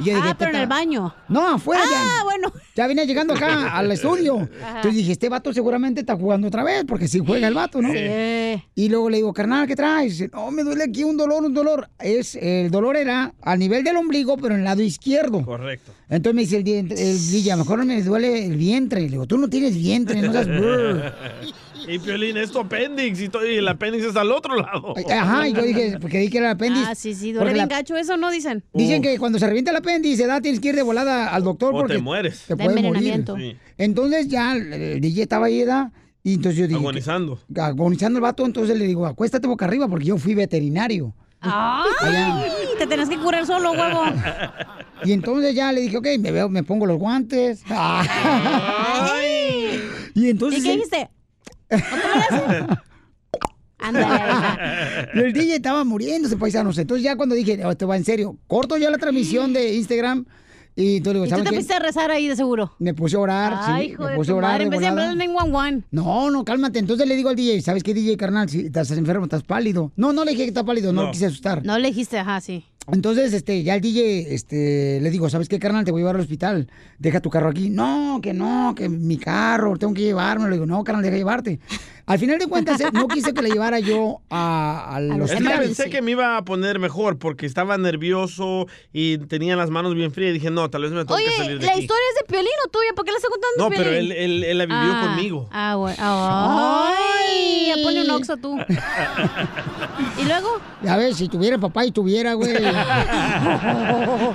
S2: Y yo dije,
S7: Ah, pero en
S2: "Puta".
S7: el baño.
S2: No, afuera.
S7: Ah,
S2: ya,
S7: bueno.
S2: Ya venía llegando acá al estudio.
S7: Ajá.
S2: Entonces dije, este vato seguramente está jugando otra vez, porque si juega el vato, ¿no?
S7: Sí.
S2: Y luego le digo, carnal, ¿qué traes? Dice, No, me duele aquí un dolor, un dolor. Es, el dolor era al nivel del ombligo, pero en el lado izquierdo.
S3: Correcto.
S2: Entonces me dice el, dien- el DJ, a lo mejor me duele el vientre. Le digo, tú no tienes vientre,
S3: (laughs)
S2: no seas... brr".
S3: y Piolín, es tu apéndice y, to- y el apéndice está al otro lado.
S2: Ajá, y yo dije, porque dije que era el apéndice.
S7: Oh. Ah, sí, sí, duele bien gacho eso, ¿no dicen? Oh.
S2: Dicen que cuando se revienta el apéndice, da, tienes que ir de volada al doctor
S3: O
S2: porque
S3: te mueres.
S2: Te
S3: De
S2: puedes morir.
S3: envenenamiento. Sí.
S2: Entonces ya el el DJ estaba ahí, ¿verdad? Y entonces yo dije... que-
S3: Agonizando.
S2: agonizando el vato, entonces le digo, acuéstate boca arriba porque yo fui veterinario.
S7: ¡Ay! Te tenés que curar solo, huevo.
S2: Y entonces ya le dije, ok, me, veo, me pongo los guantes.
S3: (laughs) Ah.
S2: Y entonces...
S7: ¿Y qué
S2: él-
S7: dijiste?
S2: (laughs) Y el DJ estaba muriéndose, paisanos. Entonces ya cuando dije, "Oh, esto va en serio, corto yo la transmisión de Instagram. Y entonces le digo,
S7: Y tú
S2: ¿saben
S7: te
S2: qué?
S7: pusiste a rezar ahí, de seguro.
S2: Me puse a orar,
S7: Ay,
S2: sí,
S7: hijo de
S2: me puse a
S7: tu
S2: orar
S7: madre,
S2: de
S7: en vez de
S2: volada.
S7: hablar en lengua guan.
S2: No, no, cálmate. Entonces le digo al DJ, ¿sabes qué, DJ, carnal? Si estás enfermo, estás pálido. No, no le dije que está pálido, no,
S7: No.
S2: lo quise asustar.
S7: No le dijiste, ajá, sí.
S2: Entonces, este, ya el DJ, este, le digo, ¿sabes qué, carnal? Te voy a llevar al hospital. Deja tu carro aquí. No, que no, que mi carro, tengo que llevarme. Le digo, no, carnal, deja llevarte. Al final de cuentas, eh, no quise que le llevara yo a, al
S3: Es que
S2: hospital.
S3: pensé que me iba a poner mejor porque estaba nervioso y tenía las manos bien frías. Y dije, no, tal vez me tengo
S7: Oye,
S3: que salir de
S7: ¿la
S3: aquí.
S7: historia es de Piolín o tuya? ¿Por qué la está contando
S3: No,
S7: Piolín?
S3: pero él, él- él la vivió
S7: Ah,
S3: conmigo.
S7: Ah, bueno. Ay, ya ponle un
S3: (laughs)
S7: oxo tú. ¿Y luego?
S2: Ya ves, si tuviera papá y tuviera,
S7: (laughs)
S2: güey.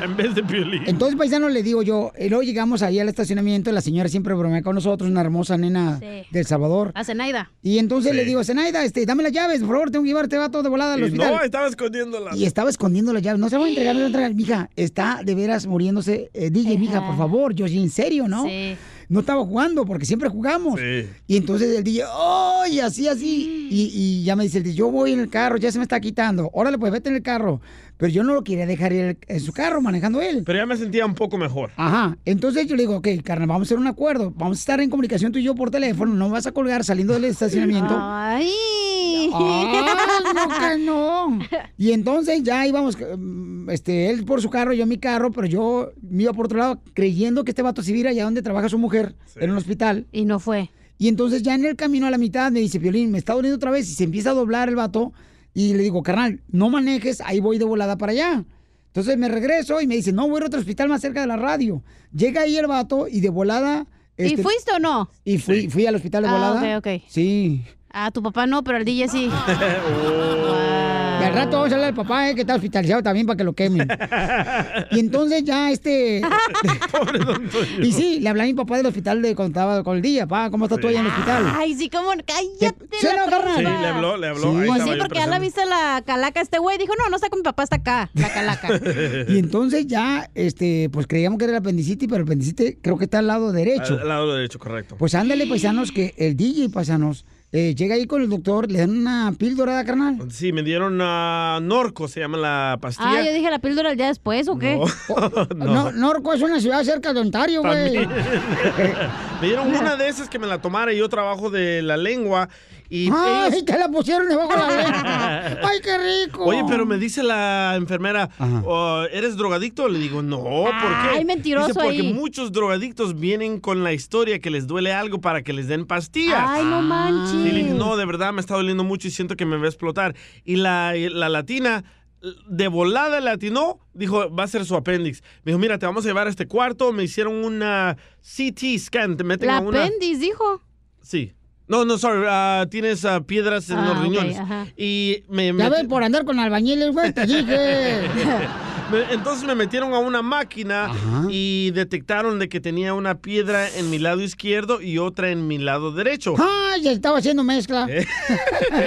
S3: en vez de Piolín.
S2: Entonces, paisano, le digo yo, y luego llegamos ahí al estacionamiento, la señora siempre bromea con nosotros, una hermosa nena
S7: Sí.
S2: del Salvador.
S7: A Zenaida.
S2: Y entonces le digo, Zenaida, este, dame las llaves, por favor, tengo que llevarte, va todo de volada al
S3: Y no,
S2: hospital.
S3: estaba escondiéndola.
S2: Y estaba escondiendo las llaves, no se la voy a entregar, no se la voy a entregar. Mija, está de veras muriéndose. Eh, DJ, mija, por favor, yo en serio, ¿no? No estaba jugando, porque siempre jugamos. Y entonces el DJ, ¡ay! así, así. Y, y ya me dice el DJ, yo voy en el carro, ya se me está quitando. Órale, pues vete en el carro. Pero yo no lo quería dejar ir en su carro, manejando él.
S3: Pero ya me sentía un poco mejor.
S2: Ajá, entonces yo le digo, ok, carnal, vamos a hacer un acuerdo, vamos a estar en comunicación tú y yo por teléfono, no vas a colgar saliendo del
S9: (laughs)
S2: estacionamiento.
S7: Ay,
S2: no, que no. Y entonces ya íbamos, mm, este, él por su carro, yo en mi carro, pero yo me iba por otro lado creyendo que este vato se viera allá donde trabaja su mujer, en un hospital.
S7: Y no fue.
S2: Y entonces ya en el camino a la mitad me dice, Violín, me está doliendo otra vez y se empieza a doblar el vato. Y le digo, carnal, no manejes, ahí voy de volada para allá. Entonces me regreso y me dice, no, voy a ir a otro hospital más cerca de la radio. Llega ahí el vato y de volada... este,
S7: ¿Y fuiste o no?
S2: Y fui, fui al hospital de
S7: Ah,
S2: volada.
S7: ok, ok.
S2: Sí.
S7: Ah, tu papá no, pero el
S2: (laughs)
S7: DJ sí.
S2: Y al rato vamos a hablar del papá, eh, que está hospitalizado también para que lo quemen. y entonces ya (laughs) este. y sí, le hablé a mi papá del hospital de cuando estaba con el día, papá, ¿cómo estás tú allá en el hospital?
S7: Ay, sí, cómo. Cállate.
S2: ¿Sí o
S7: la
S2: no, carnal?
S3: Sí, le habló, le habló. Ahí
S7: Pues
S3: estaba
S7: sí,
S3: yo
S7: porque ya la
S3: presente.
S7: viste la calaca este güey. Dijo, no, no está con mi papá,
S3: (laughs)
S7: está acá, la calaca.
S2: Y entonces ya, este, pues creíamos que era el apendicitis, pero el apendicitis creo que está al lado derecho.
S3: Al lado derecho, correcto.
S2: Pues ándale, paisanos, que el DJ, paisanos, eh, llega ahí con el doctor, le dan una píldora, carnal.
S3: Sí, me dieron ah, Norco, se llama la pastilla.
S7: Ah, yo dije la píldora el día después, ¿o qué?
S2: Oh,
S3: (laughs)
S2: No, Norco es una ciudad cerca de Ontario, güey.
S3: También. me dieron una de esas que me la tomara y yo trabajo de la lengua. (laughs) Y
S2: ¡Ay,
S3: ellos-
S2: te la pusieron debajo de la lengua!
S3: (laughs)
S2: ¡Ay, qué rico!
S3: Oye, pero me dice la enfermera, "Oh, ¿eres drogadicto? Le digo, no, ¿por qué?
S7: Ay, mentiroso
S3: Dice, porque
S7: ahí.
S3: muchos drogadictos vienen con la historia que les duele algo para que les den pastillas.
S7: Ay, no manches.
S3: Y le dije, no, de verdad me está doliendo mucho y siento que me va a explotar. Y la, la latina, de volada le atinó, dijo, va a ser su apéndice. Me dijo, mira, te vamos a llevar a este cuarto. Me hicieron una CT scan, te meten
S7: La
S3: a una...
S7: apéndice, dijo.
S3: Sí. No, no, sorry, ah, tienes ah, piedras en
S7: Ah,
S3: los
S7: ok,
S3: riñones.
S7: ajá.
S3: Y me...
S2: Ya
S3: meti-
S2: ves, por andar con albañiles, güey, te dije.
S3: (laughs) Me- Entonces me metieron a una máquina y detectaron de que tenía una piedra en mi lado izquierdo y otra en mi lado derecho. (laughs)
S2: ¡Ay, estaba haciendo mezcla!
S3: Eh.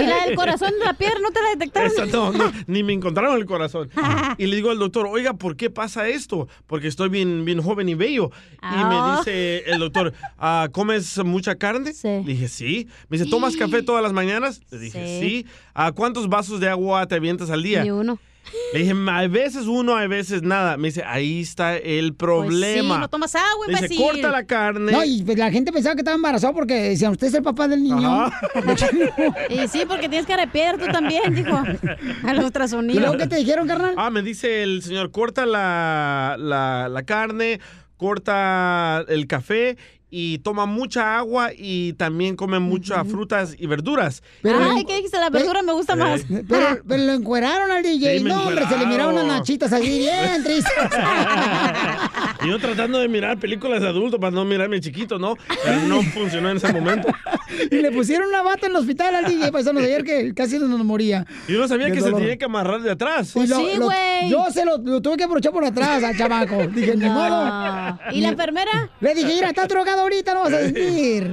S7: Y la del corazón de la pierna, ¿no te la detectaron?
S3: Esa no, no,
S7: (laughs)
S3: ni me encontraron el corazón. Y le digo al doctor, oiga, ¿por qué pasa esto? Porque estoy bien, bien joven y bello. Y
S7: Ah.
S3: me dice el doctor, "Ah, ¿comes mucha carne? Le dije, sí. Me dice, ¿tomas café todas las mañanas? Le dije,
S7: Sí.
S3: sí. "¿Ah, ¿Cuántos vasos de agua te avientas al día?
S7: Ni uno.
S3: Le dije, a veces uno, a veces nada. Me dice, ahí está el
S7: Pues
S3: problema.
S7: sí, no tomas agua,
S3: Le dice,
S7: imbécil.
S3: corta la carne.
S2: No, y pues, la gente pensaba que estaba embarazado porque decían, usted es el papá del niño. (laughs)
S7: Y sí, porque tienes cara de piedra tú también,
S3: (laughs)
S7: dijo. A los ultrasonidos.
S2: dijeron, carnal?
S3: Ah, me dice el señor, corta la, la- la carne, corta el café y toma mucha agua y también come muchas frutas y verduras.
S7: Ay, ¿qué dijiste? La verdura me gusta más.
S3: Eh.
S2: Pero, pero lo encueraron al DJ.
S3: Sí, me
S2: no, hombre, se le miraron las
S3: encueraron.
S2: nachitas
S3: (laughs)
S2: allí bien tristes.
S3: Y yo tratando de mirar películas de adulto para no mirarme chiquito, ¿no? Pero no funcionó en ese momento.
S2: y le pusieron una bata en el hospital al DJ, paisanos, ayer que casi nos moría.
S3: Yo no sabía
S2: Del
S3: que se
S2: dolor.
S3: tenía que amarrar de atrás.
S7: Pues
S2: Y lo- lo- Yo se lo, lo tuve que aprovechar por atrás al chamaco. Dije, ni
S3: No.
S2: modo.
S7: ¿Y la enfermera?
S2: Le dije, mira, estás drogado ahorita, no vas a sentir.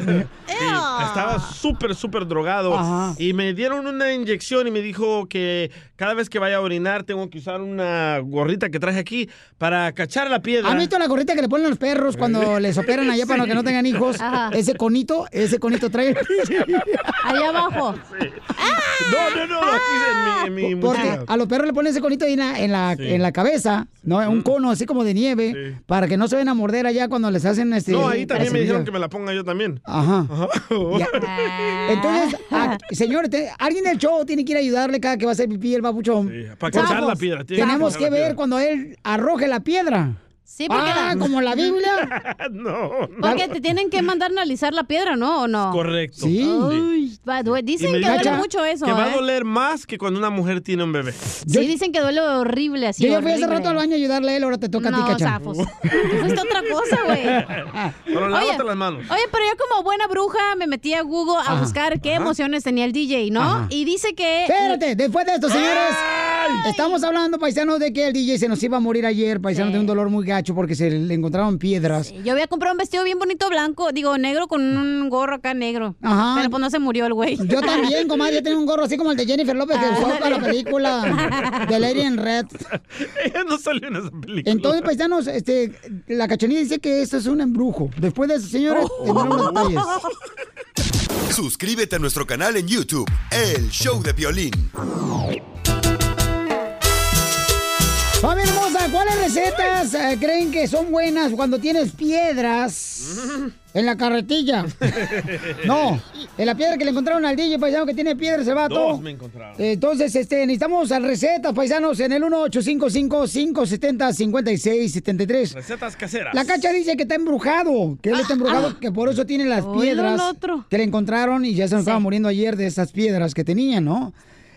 S3: Sí,
S7: Ah.
S3: estaba súper, súper drogado.
S2: Ajá.
S3: Y me dieron una inyección y me dijo que cada vez que vaya a orinar tengo que usar una gorrita que traje aquí para cachar la piedra.
S2: ¿Han visto la gorrita que le ponen a los perros cuando les operan allá para
S3: Sí.
S2: que no tengan hijos?
S3: Ajá.
S2: Ese conito, ese conito trae.
S7: Allá abajo.
S3: No, no, no, aquí en mi, en mi
S2: Porque
S3: mochila.
S2: a los perros le ponen ese conito ahí en la, en la, en la cabeza, ¿no? Un cono así como de nieve, para que no se ven a morder allá cuando les hacen este.
S3: No, ahí
S2: la
S3: también me
S2: cirugía.
S3: dijeron que me la ponga yo también.
S2: Ajá.
S7: (laughs)
S2: Entonces, ah, señores, te- alguien del show tiene que ir a ayudarle cada que va a hacer pipí el babuchón.
S3: para cachar
S2: Chavos,
S3: la piedra, tiene que
S2: Tenemos
S3: cachar
S2: que
S3: la
S2: ver
S3: piedra.
S2: cuando él arroje la piedra.
S7: Sí, porque
S2: Ah,
S7: la-
S2: como la Biblia.
S3: (laughs) no.
S7: Porque te tienen que mandar a analizar la piedra, ¿no? ¿O no?
S3: Correcto.
S2: Sí.
S7: Ay, va,
S3: (laughs)
S7: due-
S3: Y
S7: dicen
S3: me
S7: que
S3: dijo
S7: duele mucho eso,
S3: Que va
S7: ¿eh?
S3: a doler más que cuando una mujer tiene un bebé.
S7: Sí, dicen que duele horrible así.
S2: Yo ya fui hace
S7: horrible.
S2: rato al baño a ayudarle a él, ahora te toca a
S7: No,
S2: ti, Cacha. (laughs)
S7: zafos. Tú fuiste otra cosa,
S3: (laughs)
S7: güey.
S3: Pero lávate
S7: Oye,
S3: las manos.
S7: Oye, pero yo como buena bruja me metí a Google a
S2: Ajá.
S7: buscar qué
S2: Ajá.
S7: emociones tenía el DJ, ¿no?
S2: Ajá.
S7: Y dice que...
S2: Espérate, después de esto, señores. Estamos hablando, paisanos, de que el DJ se nos iba a morir ayer, paisanos, de un dolor muy gacho porque se le encontraron piedras.
S7: Yo había comprado un vestido bien bonito blanco, digo, negro con un gorro acá negro.
S2: Ajá.
S7: Pero pues no se murió el güey.
S2: Yo también, comadre, yo tenía un gorro así como el de Jennifer López que usó para la
S7: Ándale.
S2: película de Lady in Red.
S3: (laughs) Ella no salió en esa película.
S2: Entonces, paisanos, este, la cachanilla dice que esto es un embrujo. Después de eso, señores,
S3: Oh.
S2: tendremos detalles.
S6: Suscríbete a nuestro canal en YouTube, El Show de Violín.
S2: Familia hermosa, ¿cuáles recetas eh, creen que son buenas cuando tienes piedras
S3: Mm.
S2: en la
S3: (laughs)
S2: carretilla? No, en la piedra que le encontraron al DJ, paisano, que tiene piedras el vato.
S3: Dos me encontraron.
S2: Entonces, este, necesitamos recetas, paisanos, en el 1855-570-5673.
S3: Recetas caseras.
S2: La cacha dice que está embrujado, que él está
S7: Ah.
S2: embrujado, que por eso tiene las
S3: Oílo
S2: piedras
S3: al
S2: que le encontraron y ya se nos estaba muriendo ayer de esas piedras que tenía, ¿no?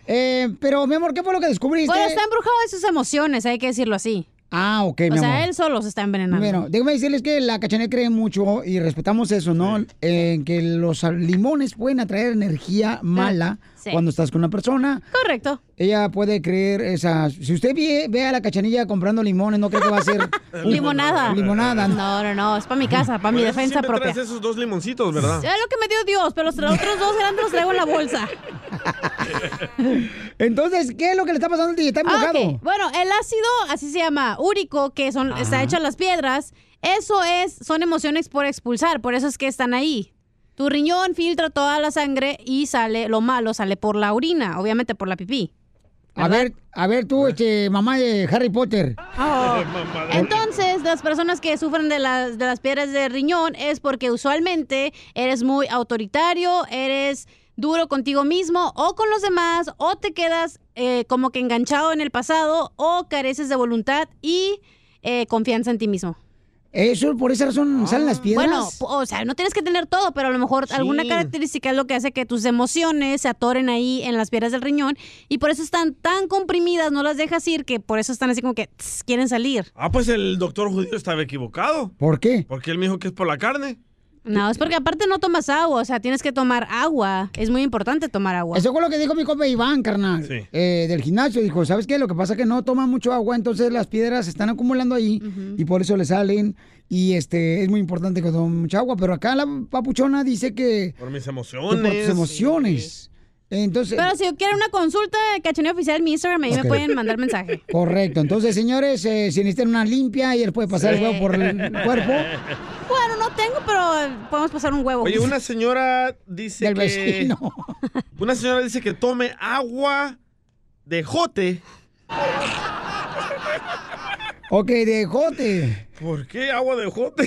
S2: Eh, pero, mi amor, ¿qué fue lo que descubriste?
S7: (laughs) Bueno, Pues, está embrujado de sus emociones, hay que decirlo así.
S2: Ah, ok, mi
S7: o sea,
S2: amor.
S7: él solo se está envenenando.
S2: Bueno, déjame decirles que la cachanilla cree mucho y respetamos eso, ¿no? En que los limones pueden atraer energía mala
S7: Ah, sí.
S2: cuando estás con una persona.
S7: Correcto.
S2: Ella puede creer esa. Si usted ve, ve a la cachanilla comprando limones, no cree que va a ser.
S7: (laughs)
S2: un-
S7: Limonada.
S2: Limonada.
S7: No, no, no, es para mi casa, para mi
S3: Por eso
S7: defensa
S3: siempre
S7: propia.
S3: traes esos dos limoncitos, ¿verdad?
S7: Es lo que me dio Dios, pero los tra- otros dos grandes los traigo en la bolsa.
S2: Entonces, ¿qué es lo que le está pasando al DJ? Está embrujado.
S7: Ah, ok. Bueno, el ácido, así se llama, úrico, que son, está hecho en las piedras, eso es, son emociones por expulsar, por eso es que están ahí. Tu riñón filtra toda la sangre y sale, lo malo sale por la orina, obviamente por la pipí.
S2: A ver, a ver tú, este, mamá de Harry Potter.
S7: Oh. Entonces, las personas que sufren de las, de las piedras de riñón es porque usualmente eres muy autoritario, eres duro contigo mismo o con los demás, o te quedas eh, como que enganchado en el pasado, o careces de voluntad y eh, confianza en ti mismo.
S2: Eso, por esa razón salen las piedras.
S7: Bueno, p- o sea, no tienes que tener todo, pero a lo mejor
S2: Sí.
S7: alguna característica es lo que hace que tus emociones se atoren ahí en las piedras del riñón y por eso están tan comprimidas, no las dejas ir, que por eso están así como que tss, quieren salir.
S3: Ah, pues el doctor judío estaba equivocado.
S2: ¿Por qué?
S3: Porque él me dijo que es por la carne.
S7: No, es porque aparte no tomas agua, o sea, tienes que tomar agua. Es muy importante tomar agua.
S2: Eso fue lo que dijo mi compa Iván, carnal, eh, del gimnasio. Dijo, ¿sabes qué? Lo que pasa es que no toma mucho agua, entonces las piedras se están acumulando ahí y por eso le salen. Y este es muy importante que tome mucha agua. Pero acá la papuchona dice que
S3: Por mis
S2: que por
S3: emociones.
S2: tus emociones. Entonces,
S7: Pero si yo quiero una consulta de cachaneo oficial en mi Instagram, ahí
S2: Ok.
S7: me pueden
S2: (laughs)
S7: mandar mensaje.
S2: correcto. Entonces, señores, eh, si necesitan una limpia y él puede pasar el
S7: Sí.
S2: huevo por el cuerpo.
S7: Bueno, no tengo, pero podemos pasar un huevo.
S3: Oye, una señora dice
S7: Del
S3: que...
S7: vecino.
S3: Una señora dice que tome agua de jote.
S2: Ok, de jote.
S3: ¿Por qué agua de jote?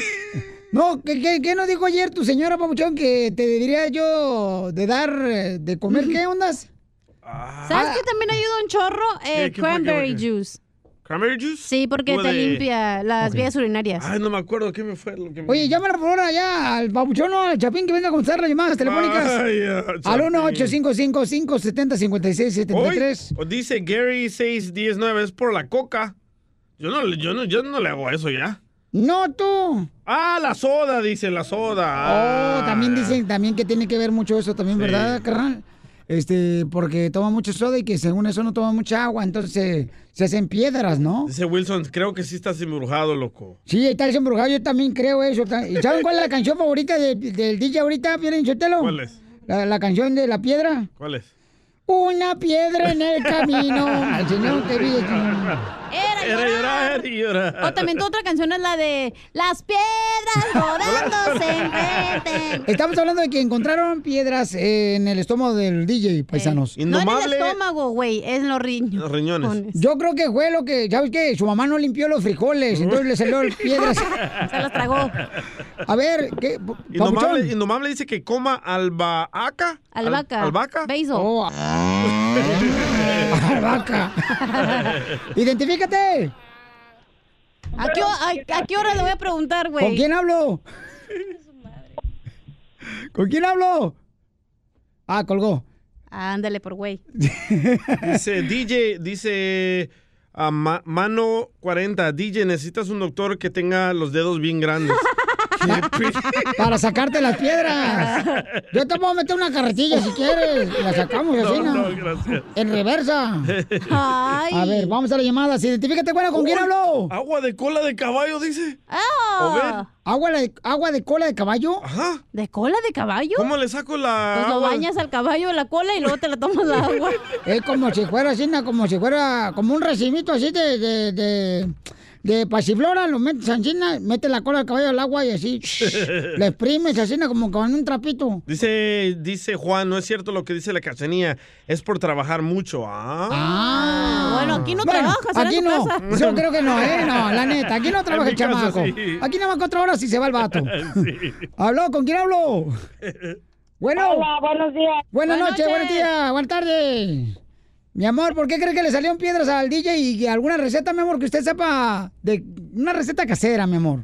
S2: No, ¿qué, qué, qué nos dijo ayer tu señora Papuchón que te debería yo de dar eh, de comer? ¿Qué ondas?
S7: (laughs)
S3: Ah.
S2: Ah.
S7: ¿Sabes qué también ayuda un chorro? Eh,
S3: ¿Qué, qué fue,
S7: cranberry
S3: qué fue, qué?
S7: juice.
S3: ¿Cranberry juice?
S7: Sí, porque
S3: O
S7: te
S3: de-
S7: limpia las vías urinarias.
S3: Ay, Ah, no me acuerdo qué me fue lo que me...
S2: Oye, llámala por favor allá al Papuchón o al Chapín que venga a contestar las llamadas telefónicas.
S3: Vaya,
S2: al
S3: Chapín.
S2: 1-855-570-5673.
S3: Hoy, o dice Gary 619 es por la coca. Yo no, yo no, yo no le hago eso ya.
S2: No tú.
S3: Ah, la soda, dice la soda. Ah.
S2: Oh, también dicen también que tiene que ver mucho eso también,
S3: Sí.
S2: ¿verdad, carnal? Este, porque toma mucho soda y que según eso no toma mucha agua, entonces se hacen piedras, ¿no?
S3: Dice Wilson, creo que sí estás embrujado, loco.
S2: Sí, está el embrujado, yo también creo eso. ta- ¿Y saben cuál es la canción favorita de- del DJ ahorita, Piolín Chotelo?
S3: ¿Cuál es?
S2: La, la canción de la piedra.
S3: ¿Cuál es?
S2: Una piedra en
S3: (laughs)
S2: el camino. Al Señor te vi.
S7: Era
S3: llorar y llorar.
S7: O
S3: (laughs)
S7: también tu otra canción es la de Las piedras rodando se encuentran.
S2: Estamos hablando de que encontraron piedras eh, en el estómago del DJ, paisanos.
S7: No en el estómago, güey, es en los riñones.
S3: Los riñones.
S2: Yo creo que fue lo que, ¿sabes qué? Su mamá no limpió los frijoles, entonces le
S7: (laughs)
S2: salió piedras.
S7: Se las tragó.
S2: A ver, ¿qué?
S3: Indomable, Indomable dice que coma albahaca. Al-
S7: Albahaca.
S3: albahaca.
S7: Basil.
S2: Oh, (laughs) ah.
S3: (laughs)
S7: (laughs)
S2: Albahaca. Identifícate.
S7: ¿A qué, ho- a- a qué hora le voy a preguntar, güey?
S2: ¿Con quién hablo? ¿Con quién hablo? Ah, colgó.
S7: Ándale por güey.
S3: Dice DJ, dice a Ma- Mano 40, DJ, necesitas un doctor que tenga los dedos bien
S2: (laughs)
S3: grandes.
S2: Para sacarte las
S7: (laughs)
S2: piedras. Yo te puedo meter una carretilla si quieres. La sacamos así,
S3: no,
S2: ¿no?
S3: no, gracias.
S2: En reversa.
S3: Ay.
S2: A ver, vamos a las llamadas. Identifícate, bueno, ¿con quién
S3: Uy,
S2: hablo?
S3: Agua de cola de caballo, dice.
S7: Ah.
S2: ¿Agua de, ¿Agua de cola de caballo?
S3: Ajá.
S7: ¿De cola de caballo?
S3: ¿Cómo le saco la
S7: Pues lo
S3: agua?
S7: bañas (laughs) al caballo la cola y luego te la tomas la
S3: (laughs)
S7: agua.
S2: Es como si fuera así, ¿no? como si fuera como un recibito así de, de, de, de pasiflora, lo metes así, ¿no? metes la cola del caballo al agua y así (laughs) le exprimes así ¿no? como con un trapito.
S3: Dice, dice Juan, no es cierto lo que dice la cachanía, es por trabajar mucho. Ah.
S7: Bueno, aquí no
S2: Ah. Bueno,
S7: trabajas, era
S2: aquí
S7: tu
S2: no.
S7: casa.
S2: Yo creo que no, eh, no, la neta, aquí
S3: (laughs)
S2: no
S3: En
S2: trabaja
S3: mi
S2: el
S3: casa,
S2: chamaco.
S3: sí.
S2: Aquí nada más cuatro horas y se va el vato.
S3: (laughs) Sí.
S2: ¿Habló? ¿Con quién habló? Bueno.
S15: Hola, buenos días.
S2: Buenas,
S15: Buenas
S2: noches, buenos
S15: noches.
S2: días, buenas tardes. Mi amor, ¿por qué cree que le salieron piedras al DJ y que alguna receta, mi amor, que usted sepa de una receta casera, mi amor?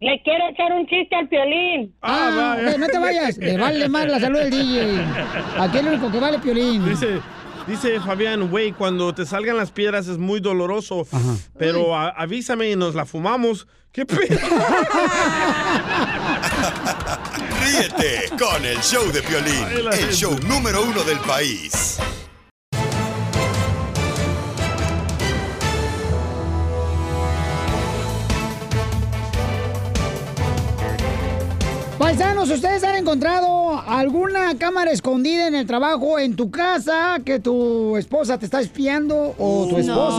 S15: Le quiero echar un chiste al piolín.
S2: Ah, ok, no te vayas. Le vale más la
S16: (laughs)
S2: salud del DJ. Aquí el único que vale piolín.
S3: Dice, dice Fabián, güey, cuando te salgan las piedras es muy doloroso, pero a- avísame y nos la fumamos. ¿Qué pedo?
S6: Ríete con el show de Piolín, el show número uno del país.
S2: Paisanos, ¿ustedes han encontrado alguna cámara escondida en el trabajo, en tu casa, que tu esposa te está espiando (laughs) o tu
S17: Uy,
S2: esposo.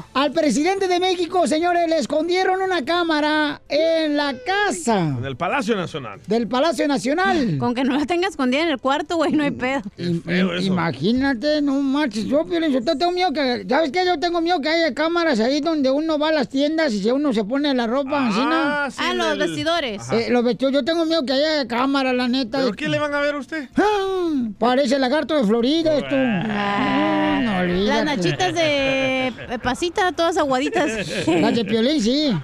S17: no.
S2: Al presidente de México, señores, le escondieron una cámara en la casa
S3: En el Palacio Nacional.
S2: del Palacio Nacional. Mm,
S7: Con que no la tenga escondida en el cuarto, güey, no hay pedo.
S3: Feo eso.
S2: Imagínate, no marches. Yo, Piolín, yo tengo miedo que. ¿Sabes qué? Yo tengo miedo que haya cámaras ahí donde uno va a las tiendas y si uno se pone la ropa así, ¿no?
S7: Ah, sí, Ah, en los el- vestidores. Ajá.
S2: Eh, los vestidos. Yo tengo miedo que haya cámaras, la neta. Ah,
S3: ¿Pero qué le van a ver a usted?
S2: Parece el lagarto de Florida, esto. Ah, No, olvídate.
S7: Las nachitas de eh, pasita, todas aguaditas.
S2: (laughs) Las de Piolín, sí. (laughs)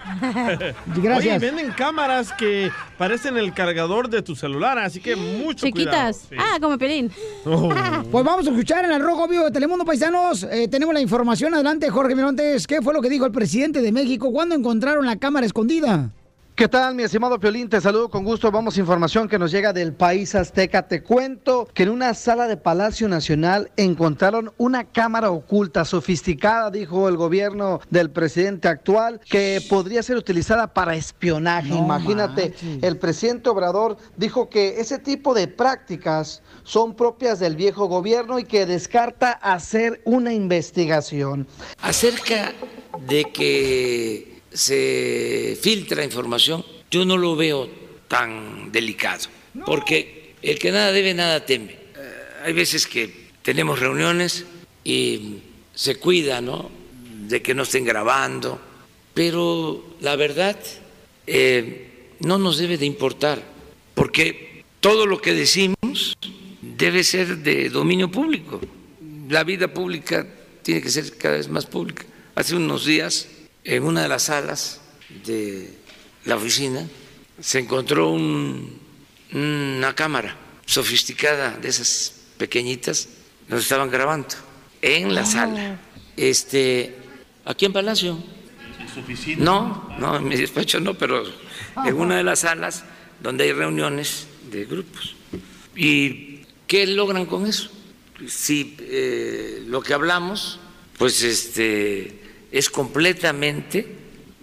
S2: Gracias.
S3: Oye, venden cámaras que parecen el cargador de tu celular, así que mucho
S7: Chiquitas.
S3: cuidado. Oh.
S7: Ah, como Pelín.
S2: (laughs) Pues vamos a escuchar en el Rojo Vivo de Telemundo Paisanos. Eh, tenemos la información. Adelante, Jorge Mirontes. ¿Qué fue lo que dijo el presidente de México cuando encontraron la cámara escondida?
S4: ¿Qué tal, mi estimado Piolín? Te saludo con gusto. Vamos a información que nos llega del país azteca. Te cuento que en una sala de Palacio Nacional encontraron una cámara oculta sofisticada, dijo el gobierno del presidente actual, que podría ser utilizada para espionaje. Imagínate, el presidente Obrador dijo que ese tipo de prácticas son propias del viejo gobierno y que descarta hacer una investigación.
S5: Acerca de que se filtra información, yo no lo veo tan delicado, porque el que nada debe, nada teme. Eh, hay veces que tenemos reuniones y se cuida, ¿no? De que no estén grabando, pero la verdad eh, no nos debe de importar, porque todo lo que decimos debe ser de dominio público la vida pública tiene que ser cada vez más pública. Hace unos días, en una de las salas de la oficina, se encontró un- una cámara sofisticada de esas pequeñitas, nos estaban grabando en
S9: Ah.
S5: la sala. Este, aquí en Palacio. ¿En su oficina? No, no, en mi despacho no, pero en una de las salas donde hay reuniones de grupos. ¿Y qué logran con eso? si eh, lo que hablamos, pues este es completamente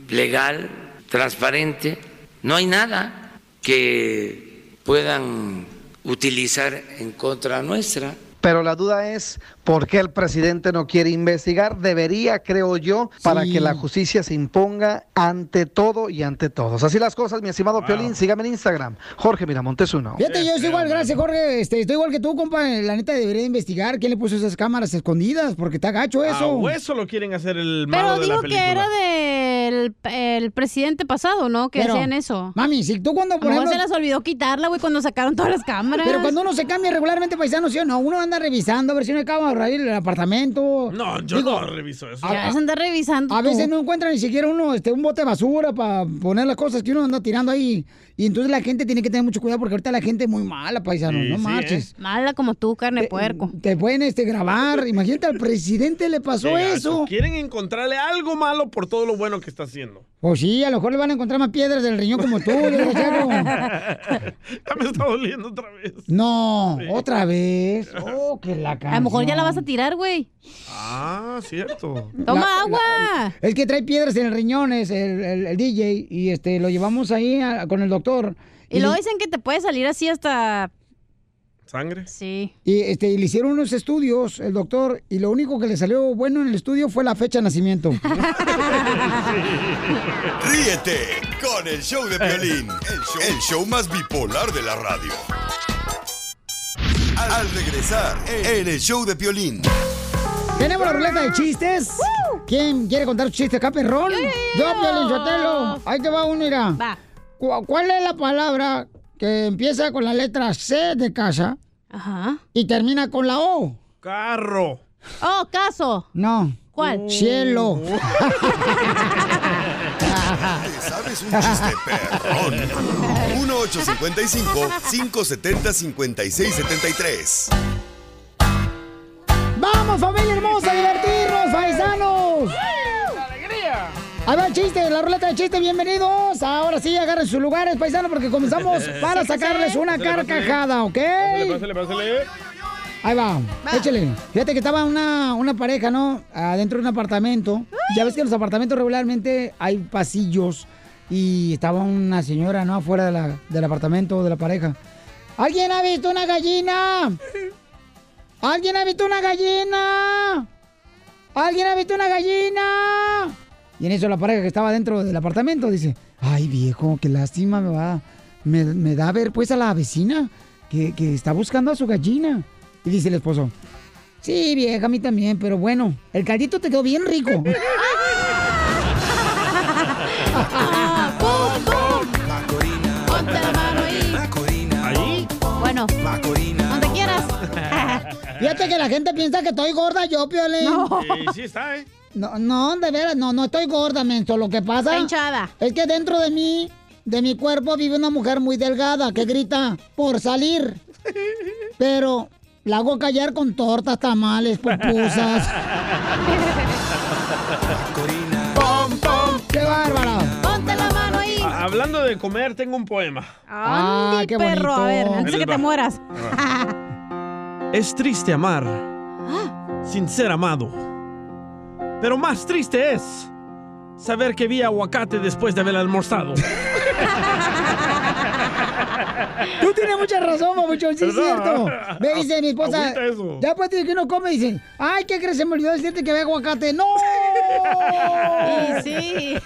S5: legal, transparente, no hay nada que puedan utilizar en contra nuestra.
S4: Pero la duda es por qué el presidente no quiere investigar. Debería, creo yo, para
S12: Sí.
S4: que la justicia se imponga ante todo y ante todos. Así las cosas, mi estimado Piolín. Sígame en Instagram, Jorge Miramontes uno.
S2: Fíjate, yo estoy igual, gracias Jorge, este, estoy igual que tú, compa, la neta debería de investigar quién le puso esas cámaras escondidas, porque está gacho
S3: A
S2: eso.
S3: Ah, hueso lo quieren hacer el
S7: Pero
S3: malo de la
S7: dijo
S3: película.
S7: que era del el presidente pasado, ¿no? Que
S2: Pero,
S7: hacían eso.
S2: Mami, si tú cuando,
S7: por
S2: por
S7: ejemplo... se
S2: ejemplo-
S7: les olvidó quitarla, güey, cuando sacaron todas las cámaras.
S2: Pero cuando uno se cambia regularmente, paisano, ¿sí o no? Uno anda revisando a ver si no acaba de ahí el apartamento.
S3: No, yo
S2: Digo,
S3: no reviso eso.
S2: a-
S7: revisando.
S2: A
S3: tú.
S2: veces no encuentran ni siquiera uno este, un bote de basura para poner las cosas que uno anda tirando ahí. Y entonces la gente tiene que tener mucho cuidado porque ahorita la gente es muy mala, paisano,
S7: Sí,
S2: no
S7: sí,
S2: marches.
S7: ¿eh? Mala como tú, carne de puerco.
S2: Te pueden este, grabar. Imagínate, al presidente le
S3: Qué
S2: pasó
S3: gacho.
S2: eso.
S3: Quieren encontrarle algo malo por todo lo bueno que está haciendo.
S2: Pues sí, a lo mejor le van a encontrar más piedras del riñón como tú, (laughs)
S7: (laughs)
S3: (laughs)
S2: desgraciado.
S3: ya me está doliendo otra vez.
S2: No, otra vez. Oh, que la
S7: A lo mejor ya la vas a tirar, güey.
S3: Ah, cierto.
S7: ¡Toma
S2: La-
S7: agua!
S2: Es que trae piedras en el riñón, es el, el- el DJ, y este lo llevamos ahí a- con el doctor.
S7: Y luego dicen que te puede salir así hasta...
S3: ¿Sangre?
S7: Sí.
S2: Y este, y le hicieron unos estudios, el doctor, y lo único que le salió bueno en el estudio fue la fecha de
S7: (laughs)
S2: nacimiento.
S6: Ríete con el show de Piolín, el show, el show más bipolar de la radio. Al, al regresar en el show de Piolín.
S2: Tenemos la ruleta de chistes. ¿Quién quiere contar su chiste acá, perrón? Yo, Piolín Sotelo. Ahí te va uno, mira. Cu- ¿Cuál es la palabra que empieza con la letra C de casa y termina con la O?
S3: Carro.
S7: Oh, caso.
S2: No.
S7: ¿Cuál?
S2: Cielo.
S3: Oh.
S2: (laughs)
S6: ¿Te sabes un chiste perrón? 1855-570-5673.
S2: ¡Vamos, familia hermosa, a divertirnos, paisanos!
S3: ¡Alegría!
S2: Ahí va el chiste, la ruleta de chistes, bienvenidos. Ahora sí, agarren sus lugares, paisanos,
S3: (laughs)
S2: porque comenzamos para
S3: Sí, sí, sí.
S2: sacarles una
S3: Eh. Pásale, pásale.
S2: carcajada, ¿ok?
S3: Pásale, pásale, pásale.
S2: Ahí va, échale. Fíjate que estaba una, una pareja, ¿no? Adentro de un apartamento. Ya ves que en los apartamentos regularmente hay pasillos. Y estaba una señora, ¿no? Afuera de la- del apartamento de la pareja. ¿Alguien ha visto una gallina? ¿Alguien ha visto una gallina? ¿Alguien ha visto una gallina? Y en eso la pareja que estaba dentro del apartamento dice, ay viejo, qué lástima me va. Me, me da a ver pues a la vecina que, que está buscando a su gallina. Y dice el esposo, sí vieja, a mí también, pero bueno, el caldito te quedó bien rico.
S7: (laughs) Ah, Bueno, donde quieras.
S2: Fíjate que la gente piensa que estoy gorda yo, Piolín.
S3: Eh, sí está, ¿eh?
S2: No, no, de veras, no, no estoy gorda, menso. Lo que pasa
S7: Está hinchada.
S2: es que dentro de mí, de mi cuerpo, vive una mujer muy delgada que grita por salir. Pero la hago callar con tortas, tamales, pupusas.
S9: (laughs)
S3: ¡Pom, pom!
S2: ¡Qué bárbara!
S7: ¡Ponte la mano ahí!
S3: Ah, Hablando de comer, tengo un poema.
S7: Andi,
S2: Ah, qué
S7: perro! A ver,
S3: bonito.
S7: antes de que te mueras.
S3: Es triste amar sin ser amado. Pero más triste es saber que vi aguacate después de haber almorzado.
S2: Tú tienes mucha razón, babuchón, sí es cierto.
S3: ¿Verdad?
S2: Me dice mi esposa.
S3: Agüita eso.
S2: Ya pues que uno come, dicen, ay, ¿qué crees? Se me olvidó decirte que ve aguacate. ¡No!
S7: Y (laughs) sí.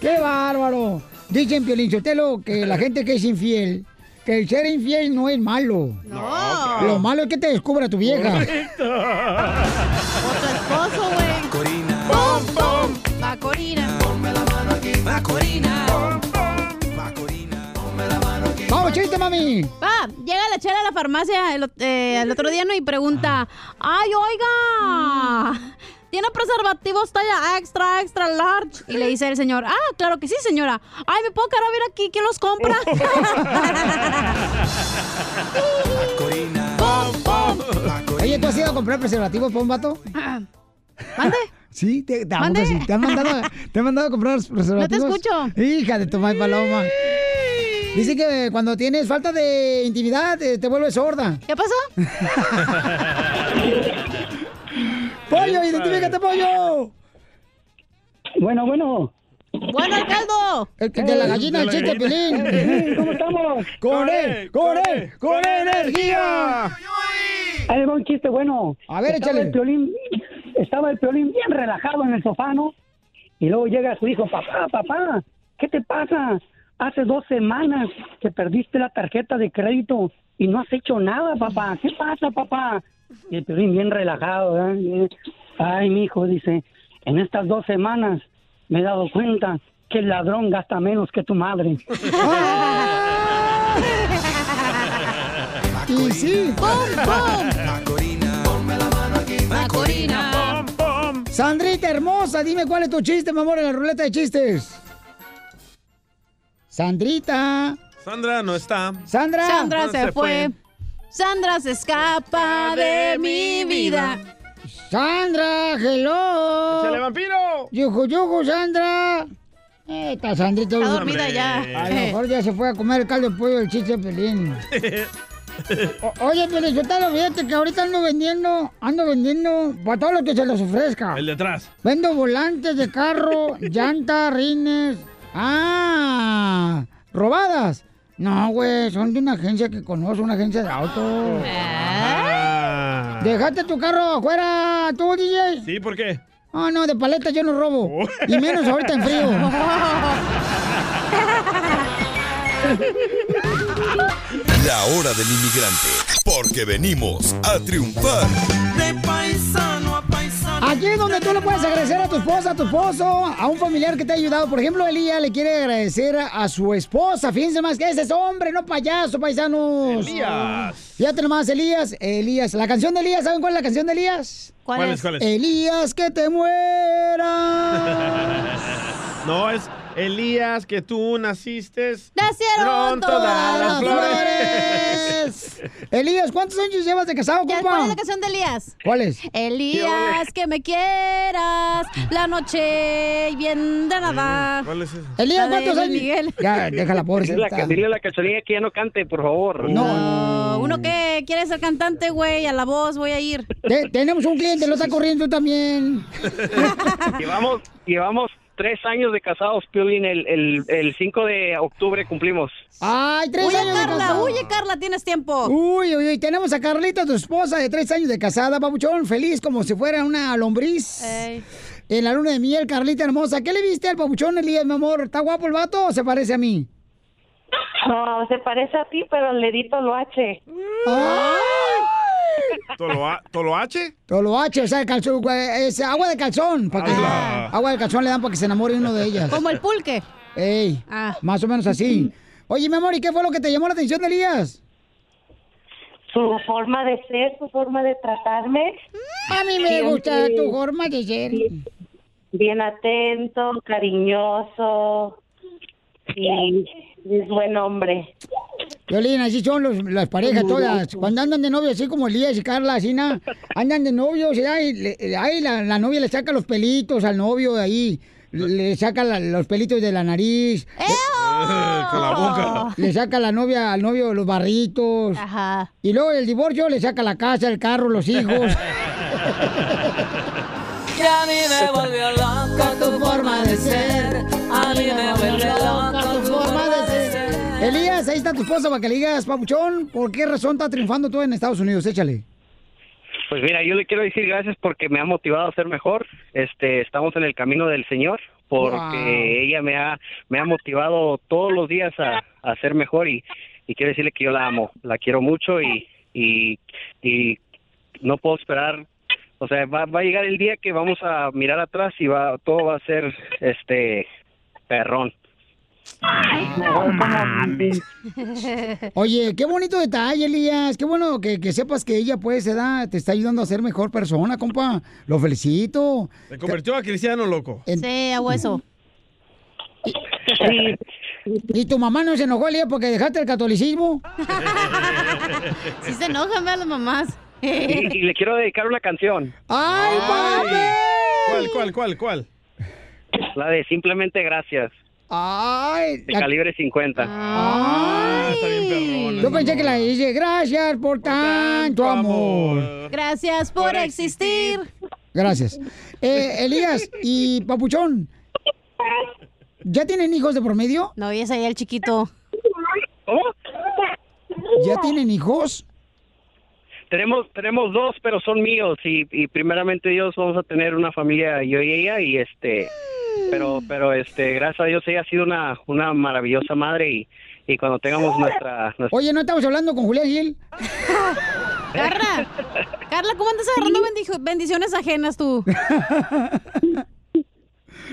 S2: ¡Qué bárbaro! Dicen Piolín Sotelo que la gente que es infiel, que el ser infiel no es malo.
S7: No.
S2: Lo malo es que te descubra tu
S9: (laughs)
S2: vieja.
S7: Esposo, güey. Corina. ¡Pum, pum! La Corina. Ponme la mano aquí. La Corina.
S2: ¡Vamos, chiste, mami!
S7: Va, llega la chela a la farmacia el, ot- eh, el otro día ¿no? y pregunta, ay, oiga, ¿tiene preservativos talla extra, extra large? Y le dice el señor, ah, claro que sí, señora. Ay, ¿me puedo quedar a ver aquí quién los compra?
S2: Oye,
S7: pues.
S2: ¿tú has ido a comprar preservativos para un vato?
S7: Ah. ¿Mande?
S2: Sí, te, te,
S7: ¿Mande?
S2: sí, te han mandado, te han mandado a comprar preservativos.
S7: escucho.
S2: Hija de tu madre paloma. Dice que cuando tienes falta de intimidad eh, te vuelves sorda.
S7: ¿Qué pasó?
S2: (laughs) ¡Pollo, identifícate, pollo!
S15: Bueno, bueno.
S7: Bueno, el caldo.
S2: El que- de la gallina, el chiste, Pelín.
S15: (laughs) ¿Cómo estamos?
S2: ¡Con él! ¡Con él! ¡Con energía!
S15: Ahí va un chiste bueno.
S2: A ver,
S15: estaba
S2: échale.
S15: El piolín, estaba el piolín bien relajado en el sofá, ¿no? Y luego llega su hijo, papá, papá, ¿qué te pasa? Hace dos semanas que perdiste la tarjeta de crédito y no has hecho nada, papá. ¿Qué pasa, papá? Y el piolín bien relajado, ¿eh? Ay, mi hijo, dice, en estas dos semanas me he dado cuenta que el ladrón gasta menos que tu madre.
S2: Y sí.
S7: La Corina.
S2: Sandrita hermosa, dime cuál es tu chiste, mi amor, en la ruleta de chistes. Sandrita.
S3: Sandra no está.
S2: Sandra.
S7: Sandra
S3: Se
S7: se fue. Sandra se escapa de mi vida.
S2: Sandra, hello.
S3: ¡Échale, vampiro!
S2: Yuju, yuju, Oh. Sandra. Esta Sandrita.
S7: Está dormida ya.
S2: A lo mejor ya se fue a comer el caldo de pollo del chiste de Pelín. O- oye, Pelín, yo te lo fíjate que ahorita ando vendiendo, ando vendiendo para todo lo que se les ofrezca.
S3: El de
S7: ¿Eh?
S3: atrás.
S2: Vendo volantes de
S7: (laughs)
S2: carro, llantas, rines. ¡Ah! ¿Robadas? No, güey, son de una agencia que conozco, una agencia de auto.
S7: Ah.
S2: ¿Dejaste tu carro afuera, tú, DJ?
S3: Ah. ¿Sí? ¿Por
S7: (laughs)
S3: qué?
S2: Ah, no, de paleta yo no
S3: (laughs)
S2: robo. Y menos ahorita en frío.
S6: La hora del inmigrante, porque venimos a triunfar.
S2: Aquí es donde tú le puedes agradecer a tu esposa, a tu esposo, a un familiar que te ha ayudado. Por ejemplo, Elías le quiere agradecer a su esposa. Fíjense más que ese es hombre, no payaso, paisanos.
S3: Elías.
S2: Fíjate nomás, Elías. Elías. La canción de Elías, ¿saben cuál es la canción de Elías?
S3: ¿Cuál ¿Cuál es? es? ¿Cuál es?
S2: Elías, que
S3: (laughs)
S2: te muera.
S3: No, es Elías que tú naciste.
S7: Nacieron
S3: Pronto
S7: todas las
S3: las
S7: flores.
S2: Elías, ¿cuántos años llevas de casado,
S7: ¿Ya cuál es la
S2: compa?
S7: canción de Elías?
S2: ¿Cuál es?
S7: Elías, que me quieras, la noche vendrá nada.
S3: Mm, ¿Cuál es esa?
S2: Elías,
S7: La de
S2: ¿cuántos
S7: Luis
S2: años?
S7: Miguel.
S2: Ya, déjala, pobrecita.
S17: Dile a la- dile a la cachanilla que ya no cante, por favor.
S7: No, (laughs) uno que quiere ser cantante, güey, a la voz voy a ir.
S2: Te- tenemos un cliente, lo está corriendo también.
S17: (laughs) Llevamos, llevamos tres años de casados, Piolín, el, el, el 5 de octubre cumplimos.
S2: ¡Ay, tres
S7: Huye,
S2: años
S7: Carla,
S2: de casada!
S7: huye, Carla, tienes tiempo.
S2: Uy, uy, uy, tenemos a Carlita, tu esposa de tres años de casada, papuchón, feliz como si fuera una lombriz. En la luna de miel, Carlita hermosa, ¿qué le viste al papuchón, Elías, mi amor? ¿Está guapo el vato o se parece a mí?
S16: No, se parece a ti, pero el dedito lo hace.
S3: ¿Toloa- ¿Toloache?
S2: Toloache, o sea, el calzón, eh, es agua de calzón. Para que, agua de calzón le dan para que se enamore uno de ellas.
S7: Como el pulque.
S2: Ey, más o menos (laughs) así. Oye, mi amor, ¿y qué fue lo que te llamó la atención de Elías?
S16: Su forma de ser, su forma de tratarme.
S2: A mí me gusta tu forma de ser.
S16: Bien atento, cariñoso y es buen hombre.
S2: Violina, así son los- las parejas todas. Cuando andan de novio, así como Elías y Carla, así na, andan de novios, y ay, le- ay, la, la novia le saca los pelitos al novio de ahí. Le- Le saca la- los pelitos de la nariz.
S3: Con la boca.
S2: Le saca la novia al novio los barritos. Y luego el divorcio le saca la casa, el carro, los
S10: (laughs)
S2: hijos.
S10: Que a mí me volvió loco tu forma de ser. A mí me vuelve loco tu forma de ser.
S2: Elías, ahí está tu esposa para que le digas, papuchón, ¿por qué razón está triunfando tú en Estados Unidos? Échale.
S17: Pues mira, yo le quiero decir gracias porque me ha motivado a ser mejor. Este, estamos en el camino del Señor porque
S18: Wow.
S17: ella me ha me ha motivado todos los días a, a ser mejor y, y quiero decirle que yo la amo, la quiero mucho y y, y no puedo esperar. O sea, va, va a llegar el día que vamos a mirar atrás y va todo va a ser este perrón.
S2: Oye, qué bonito detalle, Elías. Qué bueno que, que sepas que ella, pues, se da, te está ayudando a ser mejor persona, compa. Lo felicito.
S3: Se convirtió a cristiano loco.
S2: Sí, hago eso. (laughs) ¿Y tu mamá no se enojó, Elías, porque dejaste el catolicismo?
S7: Sí se enojan, ve a las mamás.
S17: Y, y le quiero dedicar una canción,
S2: (laughs) ¡Ay,
S17: papi!
S3: ¿Cuál, cuál, cuál, cuál?
S17: la de simplemente gracias
S2: ¡Ay!
S17: de calibre 50.
S2: Yo pensé que la dice, gracias por tanto amor.
S7: Gracias por existir.
S2: Gracias. Eh, Elías y Papuchón, ¿ya tienen hijos de promedio?
S7: No, y es ahí el chiquito.
S2: ¿Ya tienen hijos?
S17: Tenemos, tenemos dos, pero son míos y, y primeramente Dios vamos a tener una familia yo y ella y este, pero, pero este, gracias a Dios ella ha sido una, una maravillosa madre y, y cuando tengamos nuestra, nuestra-
S2: Oye, ¿no estamos hablando con Julián Gil?
S7: Carla, Carla, ¿cómo andas agarrando bendijo- bendiciones
S2: (laughs)
S7: ajenas tú?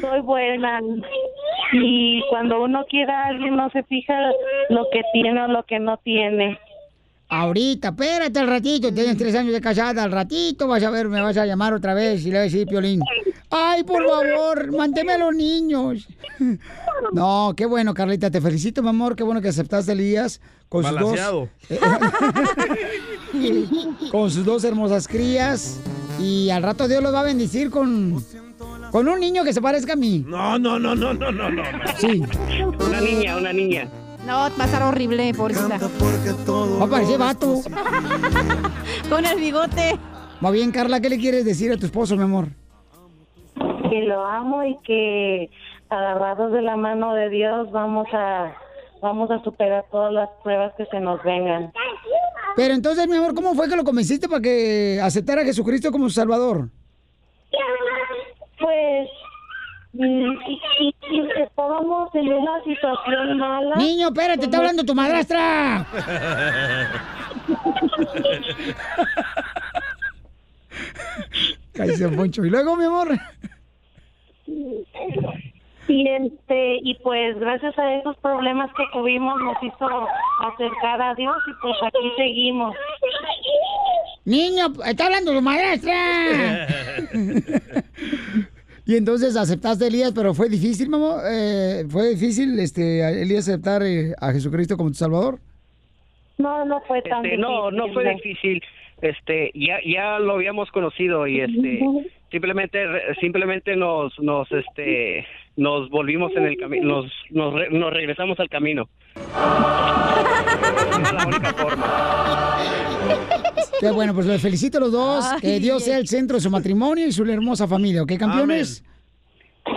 S16: Soy buena y cuando uno quiere a alguien no se fija lo que tiene o lo que no tiene.
S2: Ahorita, espérate al ratito, tienes tres años de casada, al ratito vas a ver, me vas a llamar otra vez y le vas a decir, Piolín, ay, por favor, manteme a los niños. (laughs) No, qué bueno, Carlita, te felicito, mi amor, qué bueno que aceptaste el Elías con sus dos...
S3: Balanceado.
S2: (laughs) con sus dos hermosas crías y al rato Dios los va a bendecir con, con un niño que se parezca a mí.
S3: No, no, no, no, no, no, no.
S2: Sí.
S17: Una niña, una niña.
S7: No, va a estar horrible, pobrecita. Va
S2: a parecer vato.
S7: Con el bigote.
S2: Más bien, Carla, ¿qué le quieres decir a tu esposo, mi amor?
S16: que lo amo y que agarrados de la mano de Dios vamos a vamos a superar todas las pruebas que se nos vengan.
S2: Pero entonces, mi amor, ¿cómo fue que lo convenciste para que aceptara a Jesucristo como su Salvador?
S16: Pues mm, y- y- y estábamos en una situación mala.
S2: Niño, espérate, está hablando tu madrastra. Cállese, Poncho. Y luego, mi amor.
S16: Y este y pues gracias a esos problemas que tuvimos nos hizo acercar a Dios y pues aquí seguimos.
S2: Niño, está hablando tu madrastra. (laughs) Y entonces aceptaste a Elías, pero fue difícil, mamá. Eh, fue difícil, este, a Elías aceptar eh, a Jesucristo como tu Salvador.
S16: No, no fue tan
S17: Este, no,
S16: difícil,
S17: no fue
S16: no.
S17: difícil. Este, ya, ya lo habíamos conocido y este, simplemente, re- simplemente nos, nos, este, nos volvimos en el camino, nos, nos, re- nos regresamos al camino.
S2: Qué bueno, pues los felicito a los dos.
S16: Ay.
S2: Que Dios sea el centro de su matrimonio y su hermosa familia, ¿ok, campeones?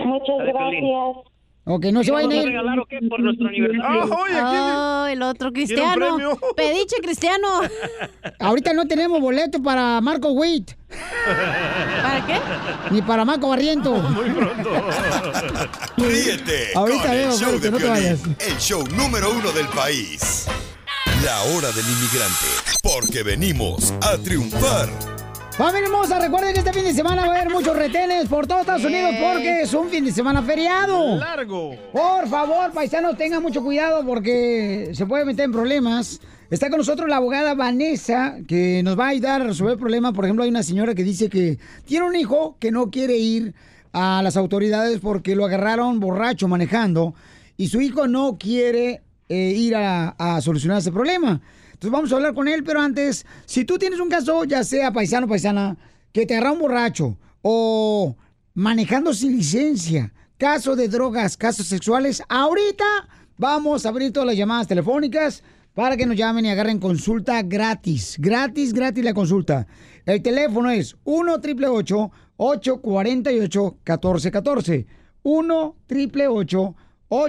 S16: Muchas
S17: Dale, Piolín.
S16: gracias.
S2: Ok, no se
S17: ¿Qué
S2: vayan
S17: vamos
S2: a ir.
S17: a regalar o qué por nuestro aniversario?
S2: Ah,
S7: Oh, el otro cristiano.
S17: premio.
S7: Pediche cristiano.
S2: (laughs) Ahorita no tenemos boleto para Marco Witt,
S7: ¿Para qué?
S2: ni para Marco Barriento.
S6: (laughs) Ríete
S2: Ahorita
S6: con
S2: veo,
S6: el show
S2: espérate,
S6: de
S2: no te
S6: Piolín,
S2: vayas.
S6: el show número uno del país. La hora del inmigrante, porque venimos a triunfar.
S2: Familia hermosa, recuerden que este fin de semana va a haber muchos retenes por todo Estados Unidos
S3: Yay.
S2: porque es un fin de semana feriado.
S3: Largo.
S2: Por favor, paisanos, tengan mucho cuidado porque se puede meter en problemas. Está con nosotros la abogada Vanessa, que nos va a ayudar a resolver el problema. Por ejemplo, hay una señora que dice que tiene un hijo que no quiere ir a las autoridades porque lo agarraron borracho manejando y su hijo no quiere eh, ir a, a solucionar ese problema. Entonces vamos a hablar con él, pero antes, si tú tienes un caso, ya sea paisano o paisana, que te agarra un borracho o manejando sin licencia, caso de drogas, casos sexuales, ahorita vamos a abrir todas las llamadas telefónicas para que nos llamen y agarren consulta gratis. Gratis, gratis la consulta. El teléfono es 1 848 1414 1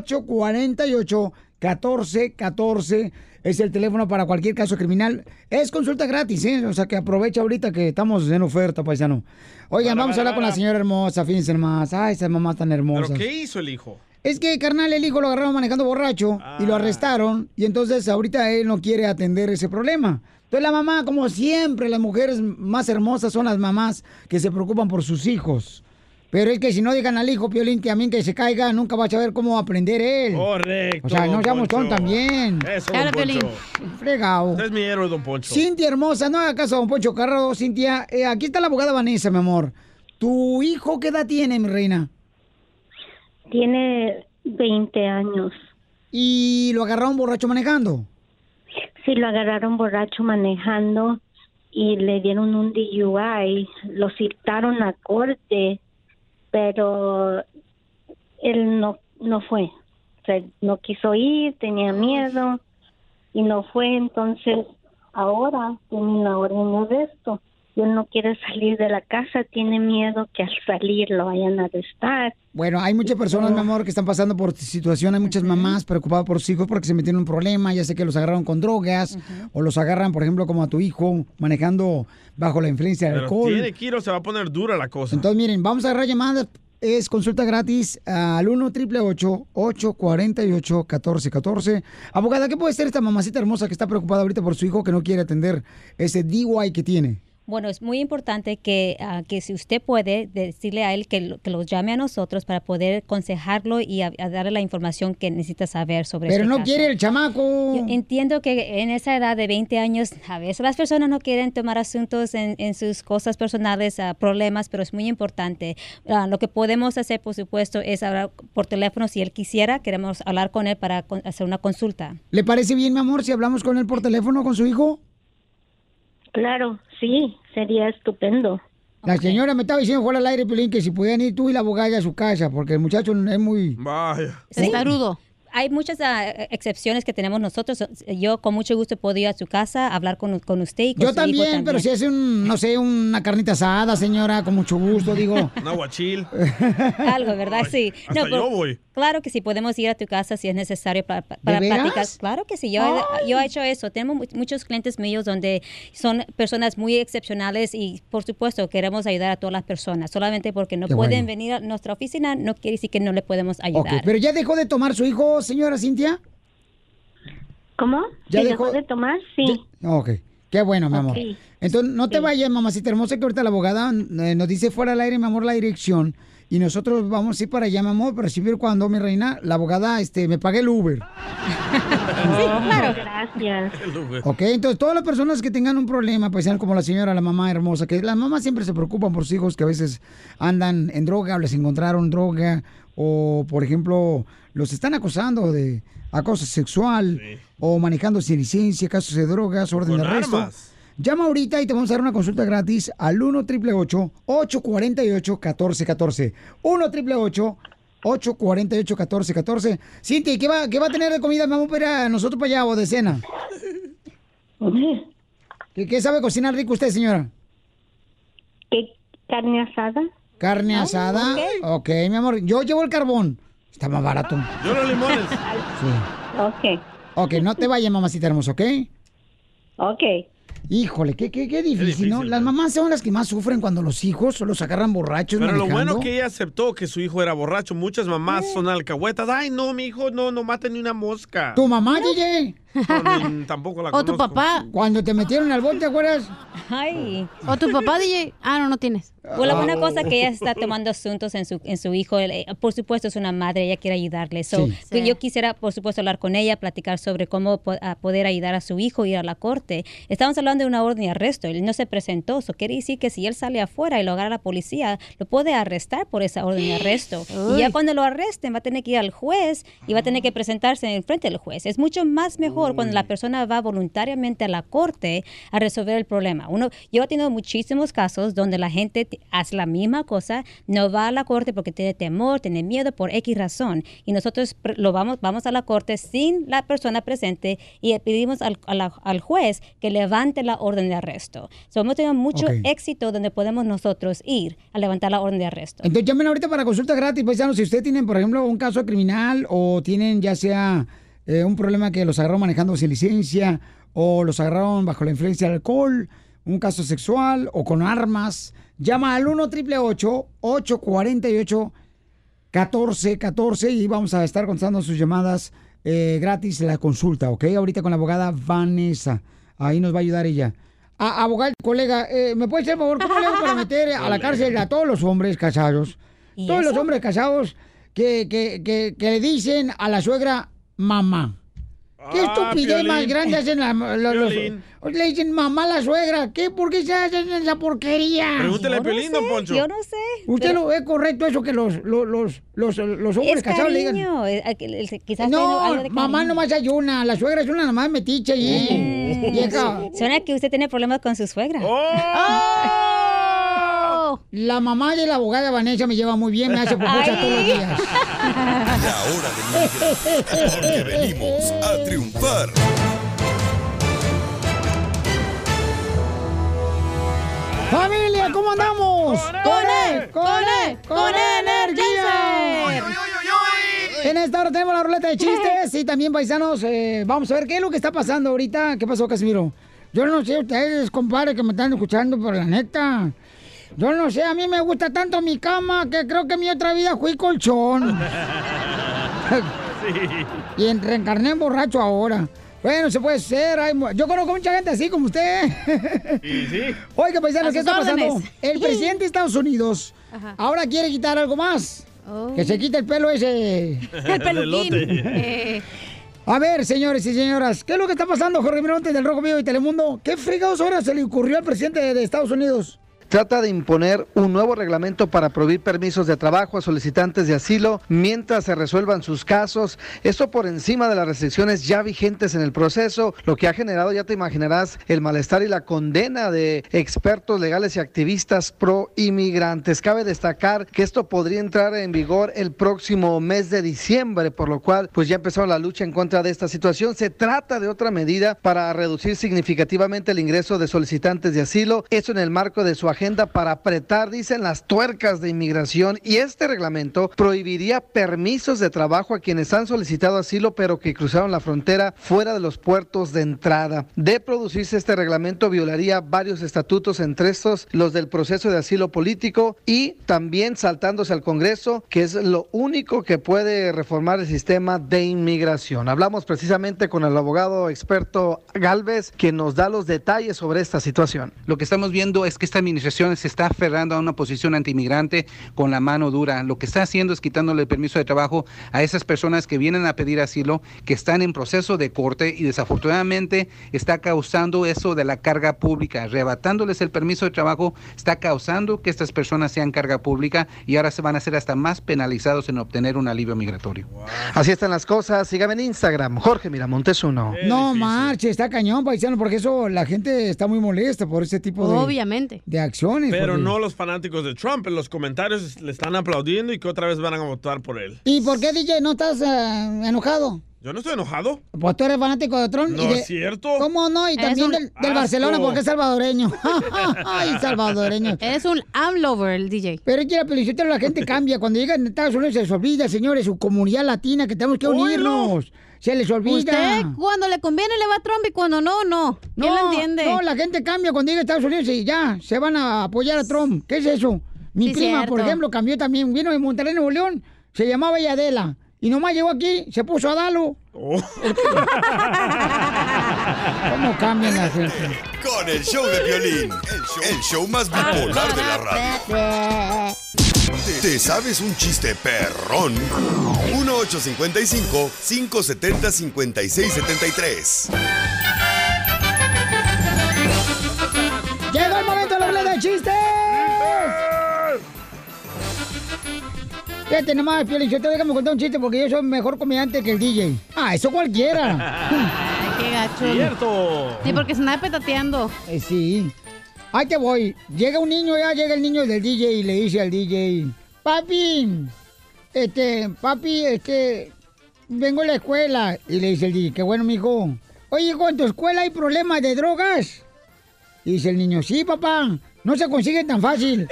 S2: 848 1414 es el teléfono para cualquier caso criminal. Es consulta gratis, ¿eh? O sea que aprovecha ahorita que estamos en oferta, paisano. Oigan,
S3: Para,
S2: vamos a
S3: para,
S2: hablar con la
S3: para.
S2: señora hermosa, fíjense más. Ay, esas mamás tan hermosas.
S3: ¿Pero qué hizo el hijo?
S2: Es que, carnal, el hijo lo agarraron manejando borracho y
S3: Ah.
S2: lo arrestaron. Y entonces ahorita él no quiere atender ese problema. Entonces la mamá, como siempre, las mujeres más hermosas son las mamás que se preocupan por sus hijos. Pero es que si no dejan al hijo, Piolín, que a mí que se caiga, nunca va a saber cómo aprender él.
S3: Correcto.
S2: O sea, no
S3: don
S2: seamos
S3: Poncho.
S2: ton también.
S3: Eso, don Poncho.
S2: Fregado.
S3: Usted es mi héroe, don Poncho.
S2: Cintia hermosa, no haga caso a don Poncho Carro, Cintia. Eh, aquí está la abogada Vanessa, mi amor. ¿Tu hijo qué edad tiene, mi reina?
S16: Tiene 20 años.
S2: ¿Y lo agarraron borracho manejando?
S16: Sí, lo agarraron borracho manejando y le dieron un DUI. Lo citaron a corte, pero él no, no fue. O sea, no quiso ir, tenía miedo y no fue. Entonces, ahora tiene una orden de arresto. Y él no quiere salir de la casa, tiene miedo que al salir lo vayan a arrestar.
S2: Bueno, hay muchas personas, mi amor, que están pasando por situación. Hay muchas mamás preocupadas por sus hijos porque se metieron en un problema. Ya sé que los agarraron con drogas o los agarran, por ejemplo, como a tu hijo manejando bajo la influencia del
S3: Pero
S2: alcohol.
S3: tiene que ir o se va a poner dura la cosa.
S2: Entonces, miren, vamos a agarrar llamadas. Es consulta gratis al 1 888 848 1414 Abogada, ¿qué puede ser esta mamacita hermosa que está preocupada ahorita por su hijo que no quiere atender ese DUI que tiene?
S18: Bueno, es muy importante que, ah, que si usted puede, decirle a él que, lo- que los llame a nosotros para poder aconsejarlo y a, a darle la información que necesita saber sobre
S2: Pero
S18: este
S2: no
S18: caso.
S2: quiere el chamaco.
S18: Yo entiendo que en esa edad de 20 años, a veces las personas no quieren tomar asuntos en, en sus cosas personales, ah, problemas, pero es muy importante. Ah, lo que podemos hacer, por supuesto, es hablar por teléfono si él quisiera. Queremos hablar con él para con- hacer una consulta.
S2: ¿Le parece bien, mi amor, si hablamos con él por teléfono con su hijo?
S16: Claro, sí, sería estupendo.
S2: La señora me estaba diciendo fuera al aire, Pelín, que si podían ir tú y la abogada a su casa, porque el muchacho es muy...
S3: Vaya.
S18: Hay muchas ah, excepciones que tenemos nosotros. Yo con mucho gusto puedo ir a su casa, hablar con, con usted y con
S2: Yo
S18: su hijo
S2: también, pero
S18: (laughs)
S2: si hace un, no sé, una carnita asada, señora, con mucho gusto, digo.
S3: Un
S2: (laughs)
S3: aguachil.
S18: Algo, ¿verdad? Sí.
S3: hasta yo voy.
S18: Claro que sí, podemos ir a tu casa si es necesario para, para- para
S2: veras?
S18: platicar. Claro que sí, yo, he- yo he hecho eso. Tenemos mu- muchos clientes míos donde son personas muy excepcionales y, por supuesto, queremos ayudar a todas las personas. Solamente porque no
S2: Qué bueno.
S18: pueden venir a nuestra oficina no quiere decir que no le podemos ayudar.
S2: Ok, pero ya dejó de tomar su hijo, señora Cintia.
S16: ¿Cómo?
S2: Ya
S16: ¿Se
S2: dejó-
S16: dejó de tomar? Sí.
S2: Ok, qué bueno, mi amor.
S16: Ok.
S2: Entonces, no te vayas, mamacita hermosa, que ahorita la abogada eh, nos dice fuera al aire, mi amor, la dirección. Y nosotros vamos a ir para allá, mi amor, pero siempre y cuando, mi reina, la abogada este, me pague el Uber.
S16: claro. Gracias.
S3: pues.
S2: Ok, entonces todas las personas que tengan un problema, pues sean como la señora, la mamá hermosa, que las mamás siempre se preocupan por sus hijos que a veces andan en droga o les encontraron droga o, por ejemplo, los están acosando de acoso sexual o manejando sin licencia, casos de drogas, orden
S3: con
S2: de arresto.
S3: armas.
S2: Llama ahorita y te vamos a dar una consulta gratis al 1 888 848 1414 1 888 848 1414 Cinti, ¿qué va, ¿qué va a tener de comida? Vamos a ir a nosotros para allá o de cena.
S16: ¿Qué,
S2: qué sabe cocinar rico usted, señora?
S16: ¿Qué carne asada?
S2: Carne asada. ok, mi amor. Yo llevo el carbón. Está más barato.
S3: Yo los limones.
S16: (laughs)
S2: Sí. Ok. Ok, no te vayas, mamacita hermosa, ¿ok? Ok. Híjole, qué, qué, qué difícil, ¿no? Las mamás son las que más sufren cuando los hijos los agarran borrachos
S3: Pero lo
S2: manejando. Mm.
S3: bueno que ella aceptó que su hijo era borracho. Muchas mamás son alcahuetas. Ay, no, mi hijo, no, no mata ni una mosca.
S2: ¿Tu mamá, DJ?
S3: No, ni- tampoco la conozco.
S2: papá. Cuando te metieron al bote, ¿te acuerdas?
S18: Ay.
S7: O tu papá, DJ. Ah, no, no tienes.
S18: Pues
S2: Ah.
S18: la buena
S2: oh.
S18: cosa que ella está tomando asuntos en su, en su hijo, Él, eh, por supuesto es una madre, ella quiere ayudarle. So,
S7: Sí.
S18: que
S7: Sí.
S18: Yo quisiera, por supuesto, hablar con ella, platicar sobre cómo po- a poder ayudar a su hijo, ir a la corte. Estamos hablando de una orden de arresto, él no se presentó, eso quiere decir que si él sale afuera y lo agarra la policía, lo puede arrestar por esa orden de arresto. Y ya
S7: Uy.
S18: cuando lo arresten va a tener que ir al juez y va a tener que presentarse en frente del juez. Es mucho más mejor cuando la persona va voluntariamente a la corte a resolver el problema. Uno, yo he tenido muchísimos casos donde la gente t- hace la misma cosa, no va a la corte porque tiene temor, tiene miedo por X razón y nosotros pre- lo vamos vamos a la corte sin la persona presente y le pedimos al, a la- al juez que levante la orden de arresto. So, hemos tenido mucho
S2: Ok.
S18: éxito donde podemos nosotros ir a levantar la orden de arresto.
S2: Entonces llamen ahorita para consulta gratis, paisanos. Si ustedes tienen, por ejemplo, un caso criminal o tienen ya sea eh, un problema que los agarró manejando sin licencia o los agarraron bajo la influencia del alcohol, un caso sexual o con armas, llama al 1 888 848 1414 y vamos a estar contestando sus llamadas eh, gratis, la consulta, ¿ok? Ahorita con la abogada Vanessa. Ahí nos va a ayudar ella. A, abogado, colega, eh, ¿me puede hacer favor? ¿Cómo le hago para meter a la cárcel a todos los hombres casados?
S18: ¿Y
S2: Todos los
S18: eso?
S2: hombres casados que, que, que, que le dicen a la suegra mamá. ¿Qué
S10: Ah,
S2: estupidez más
S10: Piolín.
S2: grande hacen la- los, los-
S10: Piolín.
S2: Le dicen mamá a la suegra. ¿Qué? ¿Por qué se hacen esa porquería?
S10: Pregúntale a Yo no Piolín, don sé, Poncho. yo
S18: no sé.
S2: ¿Usted
S18: pero-
S2: lo es correcto eso que los, los, los, los, los hombres
S18: Es
S2: casados le digan?
S18: cariño, eh, eh, el- el- quizás tiene algo
S2: No,
S18: de
S2: mamá
S18: cariño. Oh.
S2: nomás hay una, la suegra es una nomás metiche y vieja.
S18: Suena que usted tiene problemas con su suegra.
S2: (laughs) La mamá de la abogada Vanessa me lleva muy bien, me hace propuestas todos los días.
S6: La hora del inmigrante. Porque venimos a triunfar.
S2: ¡Familia, cómo andamos! ¡Con él! ¡Con él! ¡Con energía! En esta hora tenemos la ruleta de chistes y también, paisanos, eh, vamos a ver qué es lo que está pasando ahorita. ¿Qué pasó, Casimiro? Yo no sé ustedes, compadre, que me están escuchando, pero la neta... Yo no sé, a mí me gusta tanto mi cama que creo que en mi otra vida fui (laughs) colchón. Y en- reencarné en borracho ahora. Bueno, se puede ser. hay mu- yo conozco mucha gente así como usted. Oiga,
S10: A
S2: paisanos, ¿qué
S10: sus
S2: está pasando?
S10: órdenes.
S2: El presidente de Estados Unidos
S10: Ajá.
S2: ahora quiere quitar algo más.
S10: Oh.
S2: Que se quite el pelo ese.
S10: (laughs) El peluquín. Eh.
S2: A ver, señores y señoras, ¿qué es lo que está pasando, Jorge Mironte del Rojo Vivo y Telemundo? ¿Qué fregados ahora se le ocurrió al presidente de- de Estados Unidos?
S4: Trata de imponer un nuevo reglamento para prohibir permisos de trabajo a solicitantes de asilo mientras se resuelvan sus casos. Esto por encima de las restricciones ya vigentes en el proceso, lo que ha generado, ya te imaginarás, el malestar y la condena de expertos legales y activistas pro inmigrantes. Cabe destacar que esto podría entrar en vigor el próximo mes de diciembre, por lo cual pues ya empezó la lucha en contra de esta situación. Se trata de otra medida para reducir significativamente el ingreso de solicitantes de asilo. Eso en el marco de su agenda para apretar, dicen, las tuercas de inmigración. Y este reglamento prohibiría permisos de trabajo a quienes han solicitado asilo pero que cruzaron la frontera fuera de los puertos de entrada. De producirse este reglamento violaría varios estatutos, entre estos los del proceso de asilo político y también saltándose al Congreso, que es lo único que puede reformar el sistema de inmigración. Hablamos precisamente con el abogado experto Galvez, que nos da los detalles sobre esta situación.
S13: Lo que estamos viendo es que esta administración se está aferrando a una posición antimigrante con la mano dura. Lo que está haciendo es quitándole el permiso de trabajo a esas personas que vienen a pedir asilo, que están en proceso de corte y desafortunadamente está causando eso de la carga pública. Arrebatándoles el permiso de trabajo está causando que estas personas sean carga pública y ahora se van a ser hasta más penalizados en obtener un alivio migratorio.
S4: Así están las cosas. Sígame en Instagram, Jorge Miramontes uno.
S2: No marche, está cañón, paisano, porque eso la gente está muy molesta por ese tipo de,
S7: Obviamente.
S2: de acciones.
S3: Pero
S2: porque-
S3: no los fanáticos de Trump. En los comentarios le están aplaudiendo y que otra vez van a votar por él.
S2: ¿Y por qué, DJ, no estás eh, enojado?
S3: Yo no estoy enojado.
S2: Pues tú eres fanático de Tron.
S3: No
S2: y de-
S3: es cierto.
S2: ¿Cómo no? Y
S3: Eres
S2: también
S3: un
S2: del, del
S3: asco.
S2: Barcelona porque es
S3: (laughs)
S2: salvadoreño. (laughs) Ay, salvadoreño.
S7: Eres un amlover el DJ.
S2: Pero quiera felicitar
S3: (laughs)
S2: la gente cambia. Cuando llegan a Estados Unidos se les olvida, señores, su comunidad latina que tenemos que unirnos. Se les olvida.
S7: Usted cuando le conviene le va a Trump y cuando no, no. ¿Quién lo entiende?
S2: No, la gente cambia cuando llega a Estados Unidos y ya, se van a apoyar a Trump. ¿Qué es eso? Mi
S7: Sí,
S2: prima, por
S7: cierto.
S2: ejemplo, cambió también. Vino de Monterrey, Nuevo León, se llamaba Yadela. Y nomás llegó aquí, se puso a Dalo.
S3: (laughs)
S2: (laughs) ¿Cómo
S3: (laughs)
S2: cambian la gente?
S6: Con el show de violín, el show, el show más bipolar de la radio. ¿Te, te sabes un chiste perrón? 1-855-570-5673.
S2: Llegó el momento de la ruleta de chistes. Fíjate nomás, Piolín, yo te déjame contar un chiste porque yo soy mejor comediante que el DJ. Ah, eso cualquiera.
S7: (laughs) Ay, qué gacho.
S2: Cierto.
S7: Sí, porque se anda petateando.
S2: Eh, sí. Ahí te voy. Llega un niño, ya llega el niño del DJ y le dice al DJ, papi, este, papi, este, vengo a la escuela. Y le dice el DJ, qué bueno, mijo. Oye, hijo, ¿en tu escuela hay problemas de drogas? Y dice el niño, sí, papá, no se consigue tan fácil.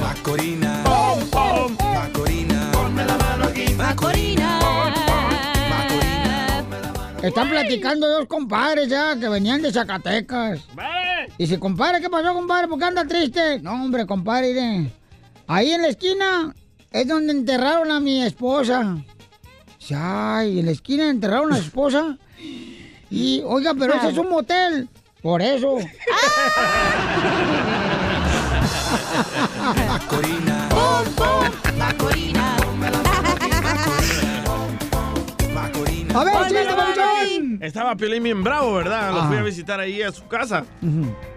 S9: Macorina. Macorina. Ponme la mano aquí. Macorina.
S2: Están platicando dos compadres ya que venían de Zacatecas. Y si compadre, ¿qué pasó, compadre? ¿Por qué anda triste? No, hombre, compadre. mire. Ahí en la esquina es donde enterraron a mi esposa. Dice, Ay, en la esquina enterraron a su esposa. Y, oiga, pero ese es un motel. Por eso.
S9: Ah. Macorina. Macorina.
S2: A ver,
S3: Ponme
S2: chiste,
S3: la mano
S2: papuchón. Ah.
S3: aquí. Estaba Piolín bien bravo, ¿verdad? Lo
S2: Ajá.
S3: fui a visitar ahí a su casa.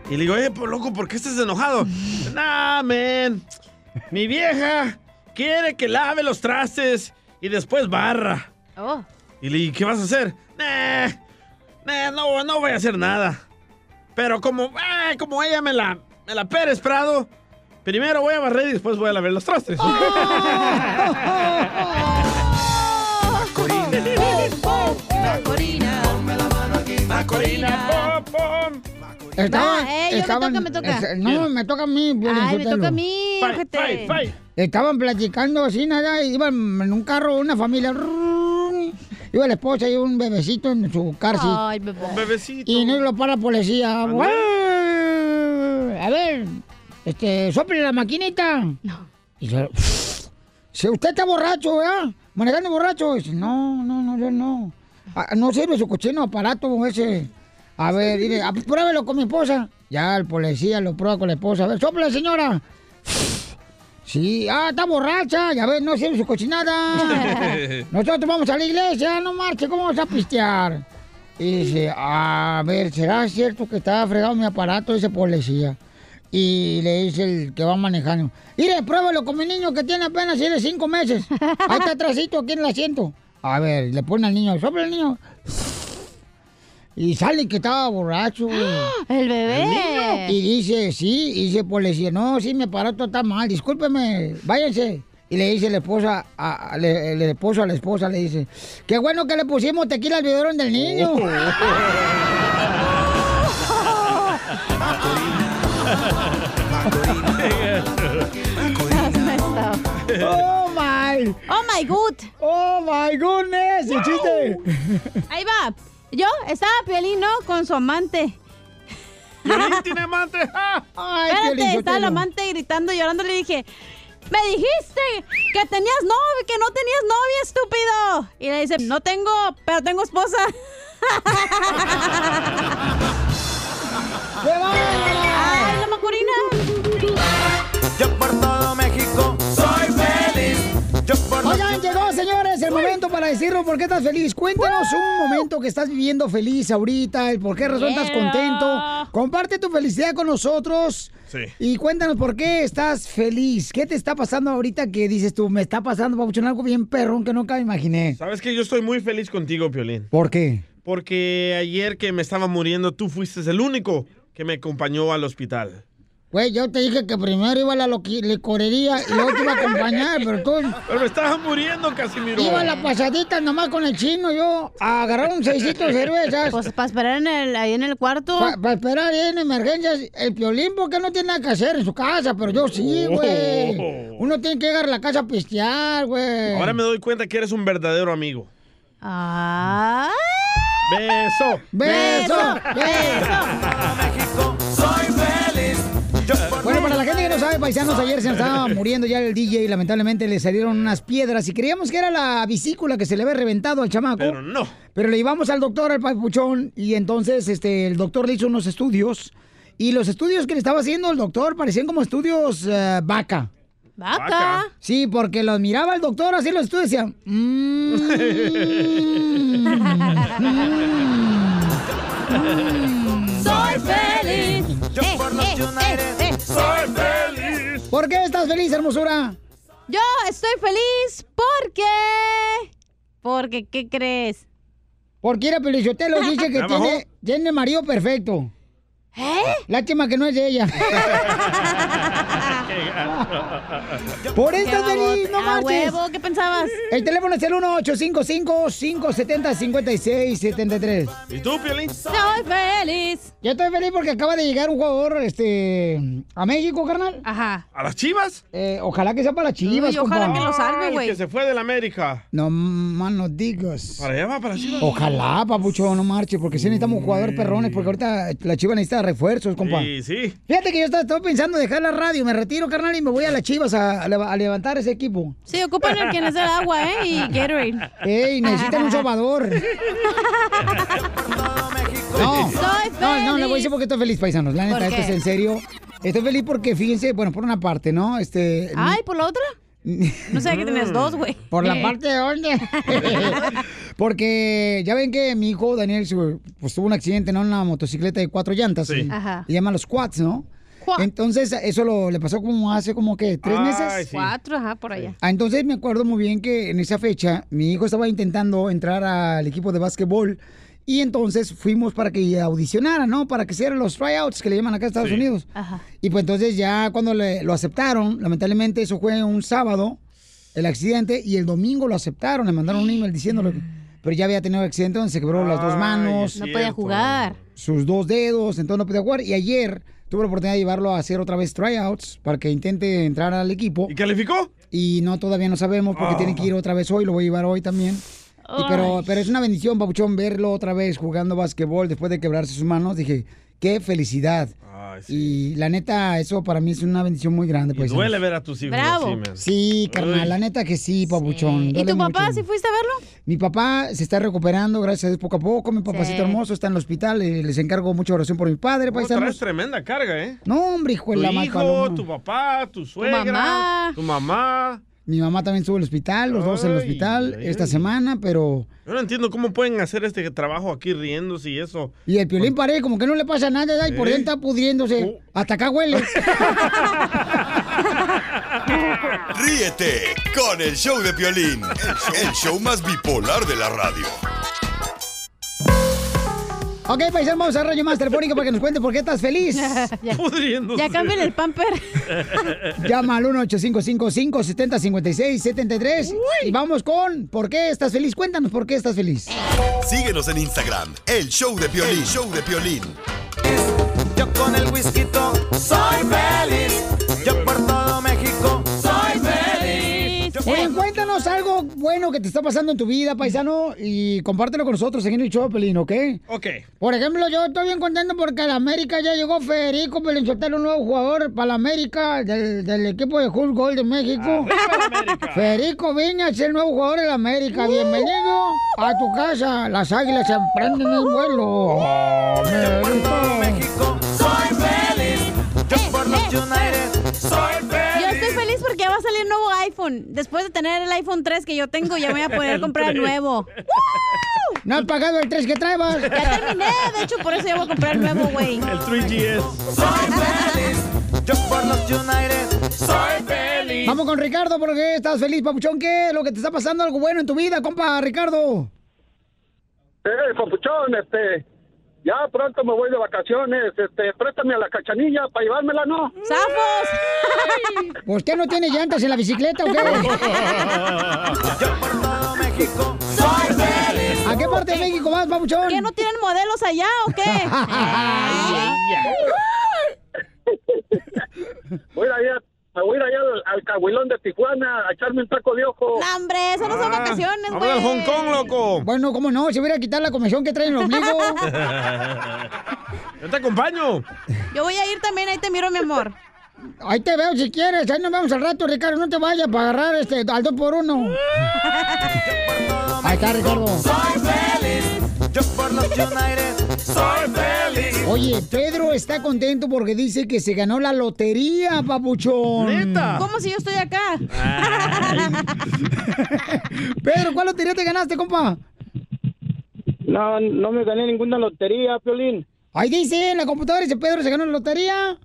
S3: Y le digo, eh, pues, loco, ¿por qué estás
S2: (laughs)
S3: enojado? nah, men. Mi vieja quiere que lave los trastes y después barra.
S7: Oh.
S3: Y le dije, ¿qué vas a hacer? Nah, nah, no, no voy a hacer nada. Pero como, ah, como ella me la, me la Pérez Prado, primero voy a barrer y después voy a lavar los trastes.
S9: Macorina. Ponme la mano aquí. Macorina.
S2: Estaba,
S9: Va, eh, yo me
S2: estaban-
S9: toca, me toca.
S2: es- no, me toca a mí.
S9: Ay, me
S2: Piolinsotelo.
S9: toca a mí, Fight, ojete. fight, fight.
S2: Estaban platicando así, nada, iban en un carro, una familia. rrrrrrrrrrrrrrrrrrrrrrrrrrrrrrrrrrrrrrrrrrrrr, Iba la esposa y un bebecito en su car seat.
S7: Ay, bebé.
S3: Bebecito.
S2: Y no lo para la policía. A ver, este, sople la maquinita. Y yo, si usted está borracho, ¿verdad? Manejando borracho. Dice, no, no, no, yo no. Ah, no sirve su cochino aparato ese. A ver, dile, "Ah, pruébelo con mi esposa. Ya el policía lo prueba con la esposa. A ver, sople, señora. Sí, ah, está borracha, ya ves, no sirve su cochinada. Nosotros vamos a la iglesia, no marche, ¿cómo vas a pistear? Y dice, a ver, ¿será cierto que está fregado mi aparato? Dice policía. Y le dice el que va manejando, mire, pruébalo con mi niño que tiene apenas tiene cinco meses. Ahí está atrásito, aquí en el asiento. A ver, le pone al niño, sopla el niño. Y sale que estaba borracho. (gasps) El bebé. Y dice, sí, y dice policía, no, sí, mi aparato está mal, discúlpeme, váyanse. Y le dice la esposa, a, a- le- el esposo a la esposa, le dice, qué bueno que le pusimos tequila al biberón del niño.
S9: Oh.
S7: (laughs)
S2: Oh my.
S7: Oh my good.
S2: Oh my goodness. El chiste.
S7: Ahí va. Yo estaba Piolín, ¿no? Con su amante.
S3: Piolín tiene
S7: (laughs)
S3: amante.
S7: Ay, Espérate,
S3: Piolín, yo te
S7: estaba el
S3: lo-
S7: amante gritando, llorando. Le dije, me dijiste que tenías novio, que no tenías novia, estúpido. Y le dice, no tengo, pero tengo esposa. ¡Ay, la macorina!
S9: Yo por todo México soy feliz. Yo por
S2: Oigan, llegó, señores, el momento para decirlo por qué estás feliz. Cuéntanos un momento que estás viviendo feliz ahorita, el por qué razón estás
S9: Yeah.
S2: contento. Comparte tu felicidad con nosotros.
S9: Sí.
S2: Y cuéntanos por qué estás feliz. ¿Qué te está pasando ahorita que dices tú, me está pasando, papuchón, algo bien perrón que nunca me imaginé?
S3: Sabes que yo estoy muy feliz contigo, Piolín.
S2: ¿Por qué?
S3: Porque ayer que me estaba muriendo, tú fuiste el único que me acompañó al hospital.
S2: Güey, yo te dije que primero iba a la loqui- licorería y luego te iba a acompañar, pero tú... pues.
S3: Pero me estabas muriendo, Casimiro.
S2: Iba a la pasadita nomás con el chino, yo. A agarrar un seisito de cervezas.
S7: Pues para esperar en el, ahí en el cuarto.
S2: Para esperar ahí en emergencias. El piolín, porque no tiene nada que hacer en su casa, pero yo sí, güey.
S3: Oh.
S2: Uno tiene que llegar a la casa a pistear, güey.
S3: Ahora me doy cuenta que eres un verdadero amigo.
S7: Ah.
S3: Beso.
S2: ¡Beso!
S9: Soy feliz.
S2: Bueno, para la gente que no sabe, paisanos, ayer se nos estaba muriendo ya el DJ y lamentablemente le salieron unas piedras y creíamos que era la vesícula que se le había reventado al chamaco. Pero
S3: no.
S2: Pero le llevamos al doctor, al papuchón, y entonces este, el doctor le hizo unos estudios y los estudios que le estaba haciendo el doctor parecían como estudios eh, vaca.
S7: Vaca.
S2: Sí, porque los miraba el doctor, así los estudios y decía, "Mm, mm".
S9: Soy feliz. Yo por los United soy feliz.
S2: ¿Por qué estás feliz, hermosura?
S7: Yo estoy feliz porque. Porque, ¿qué crees?
S2: Porque era Pelichotelo, dice que
S7: (laughs) ¿Ya bajó?
S2: tiene, tiene marido perfecto. ¿Eh? Lástima que no es de ella. Por eso es feliz, no
S7: A
S2: marches.
S7: huevo, ¿qué pensabas?
S2: El teléfono es el 1-855-570-5673.
S3: ¿Y tú, Piolín?
S7: Soy feliz.
S2: Yo estoy feliz porque acaba de llegar un jugador este, a México, carnal.
S7: Ajá.
S3: ¿A las chivas?
S2: Eh, ojalá que sea para las chivas, compa.
S3: Ay, que se fue de la América.
S2: No más no digas.
S3: Para allá va, para Chivas. Mm.
S2: Ojalá, papucho, no marche, porque sí necesitamos jugadores perrones, porque ahorita la chiva necesita refuerzos, compa.
S3: Sí, sí.
S2: Fíjate que yo estaba, estaba pensando dejar la radio, me retiro, carnal, y me voy
S3: (laughs)
S2: a las chivas a, a leva- a levantar ese equipo.
S7: Sí, ocupan el que les da el agua,
S2: (laughs)
S7: ¿eh? Y Gatorade.
S2: Ey, necesitan un
S7: (laughs)
S2: salvador. No,
S7: Soy
S2: no, no, le
S7: feliz.
S2: voy a decir porque estoy feliz, paisanos. La
S7: ¿Por
S2: neta,
S7: qué?
S2: esto es en serio. Estoy feliz porque, fíjense, bueno, por una parte, ¿no? Este.
S7: Ay, ¿por la otra? No sé, que
S2: (laughs)
S7: tenías dos, güey.
S2: Mm. Por la
S7: Eh.
S2: parte de dónde. Porque ya ven que mi hijo Daniel su- pues, tuvo un accidente, ¿no? En una motocicleta de cuatro llantas.
S9: Sí.
S2: Y,
S9: Ajá.
S2: y llaman los quads, ¿no?
S7: Quad.
S2: Entonces, eso lo, le pasó como hace como que tres meses.
S7: Cuatro, ajá, por allá.
S2: Ah, entonces me acuerdo muy bien que en esa fecha mi hijo estaba intentando entrar al equipo de básquetbol y entonces fuimos para que audicionara, ¿no? Para que hicieran los tryouts que le llaman acá a Estados
S9: Sí.
S2: Unidos.
S7: Ajá.
S2: Y pues entonces ya cuando le- lo aceptaron, lamentablemente eso fue un sábado, el accidente, y el domingo lo aceptaron, le mandaron un email diciéndolo. que- Pero ya había tenido accidente donde se quebró las dos
S7: Ay,
S2: manos.
S7: es No podía cierto. jugar.
S2: Sus dos dedos, entonces no podía jugar. Y ayer tuve la oportunidad de llevarlo a hacer otra vez tryouts para que intente entrar al equipo. ¿Y
S3: calificó?
S2: Y no, todavía no sabemos porque
S3: Ah.
S2: tiene que ir otra vez hoy, lo voy a llevar hoy también. Y pero,
S3: Ay.
S2: pero es una bendición, Papuchón, verlo otra vez jugando básquetbol después de quebrarse sus manos. Dije, qué felicidad. Y la neta, eso para mí es una bendición muy grande.
S3: Y
S2: Pues,
S3: duele ver a tus hijos
S2: Bravo.
S3: así, man.
S2: Sí, carnal,
S3: Uy.
S2: la neta que sí, Papuchón.
S7: ¿Y
S2: duele
S7: tu papá
S2: mucho.
S7: sí fuiste a verlo?
S2: Mi papá se está recuperando, gracias a Dios, poco a poco. Mi papacito
S7: Sí.
S2: hermoso está en el hospital. eh, Les encargo mucha oración por mi padre,
S3: Oh, traes
S2: paisanos.
S3: tremenda carga, ¿eh?
S2: No, hombre, pues hijo de
S3: tu
S2: la mal
S3: hijo,
S2: paloma.
S3: tu papá, tu suegra,
S2: mamá.
S3: tu mamá.
S2: Mi mamá también estuvo en el hospital, los dos en el hospital esta semana, pero...
S3: Yo no entiendo cómo pueden hacer este trabajo aquí riéndose y eso.
S2: Y el piolín pared, como que no le pasa nada, y por
S3: ¿Eh?
S2: dentro está pudriéndose. Hasta acá huele.
S6: Ríete con el show de Piolín, el show, el show más bipolar de la radio.
S2: ok, paisano, vamos a rayo más telefónico para que nos cuente por qué estás feliz.
S7: (laughs) ya,
S3: Pudriéndose.
S7: ya cambien el pamper.
S2: (laughs) Llama al 1-855-570-5673 y vamos con ¿Por qué estás feliz? Cuéntanos por qué estás feliz.
S6: Síguenos en Instagram, el show de Piolín, el show de Piolín.
S9: Yo con el whisky soy feliz. Yo por todo México soy feliz. Yo
S2: Oigan, cuéntanos algo bueno que te está pasando en tu vida, paisano, y compártelo con nosotros aquí en el show, Pelín, ¿ok?
S7: (laughs)
S3: Ok. Eh,
S2: Por ejemplo, yo estoy bien contento porque a la América ya llegó Federico Pelinchotelo, un nuevo jugador para la América del, del equipo de Hulk Gold de
S7: Ah,
S2: México. Federico Viñas, el nuevo jugador de la
S7: Uh.
S2: América. Bienvenido a tu casa. Las águilas se emprenden en vuelo. América.
S9: soy feliz. Yo por los United soy
S7: Yo
S9: feliz.
S7: estoy feliz porque ya va a salir nuevo iPhone. Después de tener el iPhone 3 que yo tengo, ya voy a poder
S2: El
S7: comprar el
S2: 3.
S7: nuevo.
S2: No han pagado el 3 que traebas.
S7: Ya terminé, de hecho, por eso ya voy a comprar el nuevo, güey.
S3: El 3GS.
S9: Yo por los United soy feliz.
S2: Vamos con Ricardo porque estás feliz, papuchón. ¿Qué es lo que te está pasando? Algo bueno en tu vida, compa, Ricardo.
S19: Eh, papuchón, este, Ya pronto me voy de vacaciones. Este, préstame a la cachanilla para llevármela, ¿no?
S2: ¡Zafos! ¿Usted Pues, no tiene llantas en la bicicleta o qué?
S7: (laughs)
S2: ¿A qué parte de México vas, papuchón?
S7: ¿Que no tienen modelos allá
S2: (laughs)
S7: o qué? ¡Eh!
S19: Voy a ir a- me voy a ir allá al, al Cahuilón de Tijuana a echarme un taco de ojo.
S7: ¡Hombre, eso no
S2: Ah,
S7: son vacaciones,
S19: vamos
S7: güey!
S19: al Hong Kong,
S3: loco!
S2: Bueno, ¿cómo no? Se hubiera quitar la comisión que traen los ombligo.
S3: Yo te acompaño.
S7: Yo voy a ir también, ahí te miro, mi amor.
S2: Ahí te veo si quieres, ahí nos vemos al rato, Ricardo. No te vayas para agarrar este al 2 por uno. Ahí está, Ricardo.
S9: Soy feliz, yo por los United soy feliz.
S2: Oye, Pedro está contento porque dice que se ganó la lotería, papuchón.
S7: ¿Cómo si yo estoy acá? (laughs)
S2: Pedro, ¿cuál lotería te ganaste, compa?
S19: No, no me gané ninguna lotería, Piolín.
S2: Ahí dice en la computadora, dice Pedro, se ganó la lotería.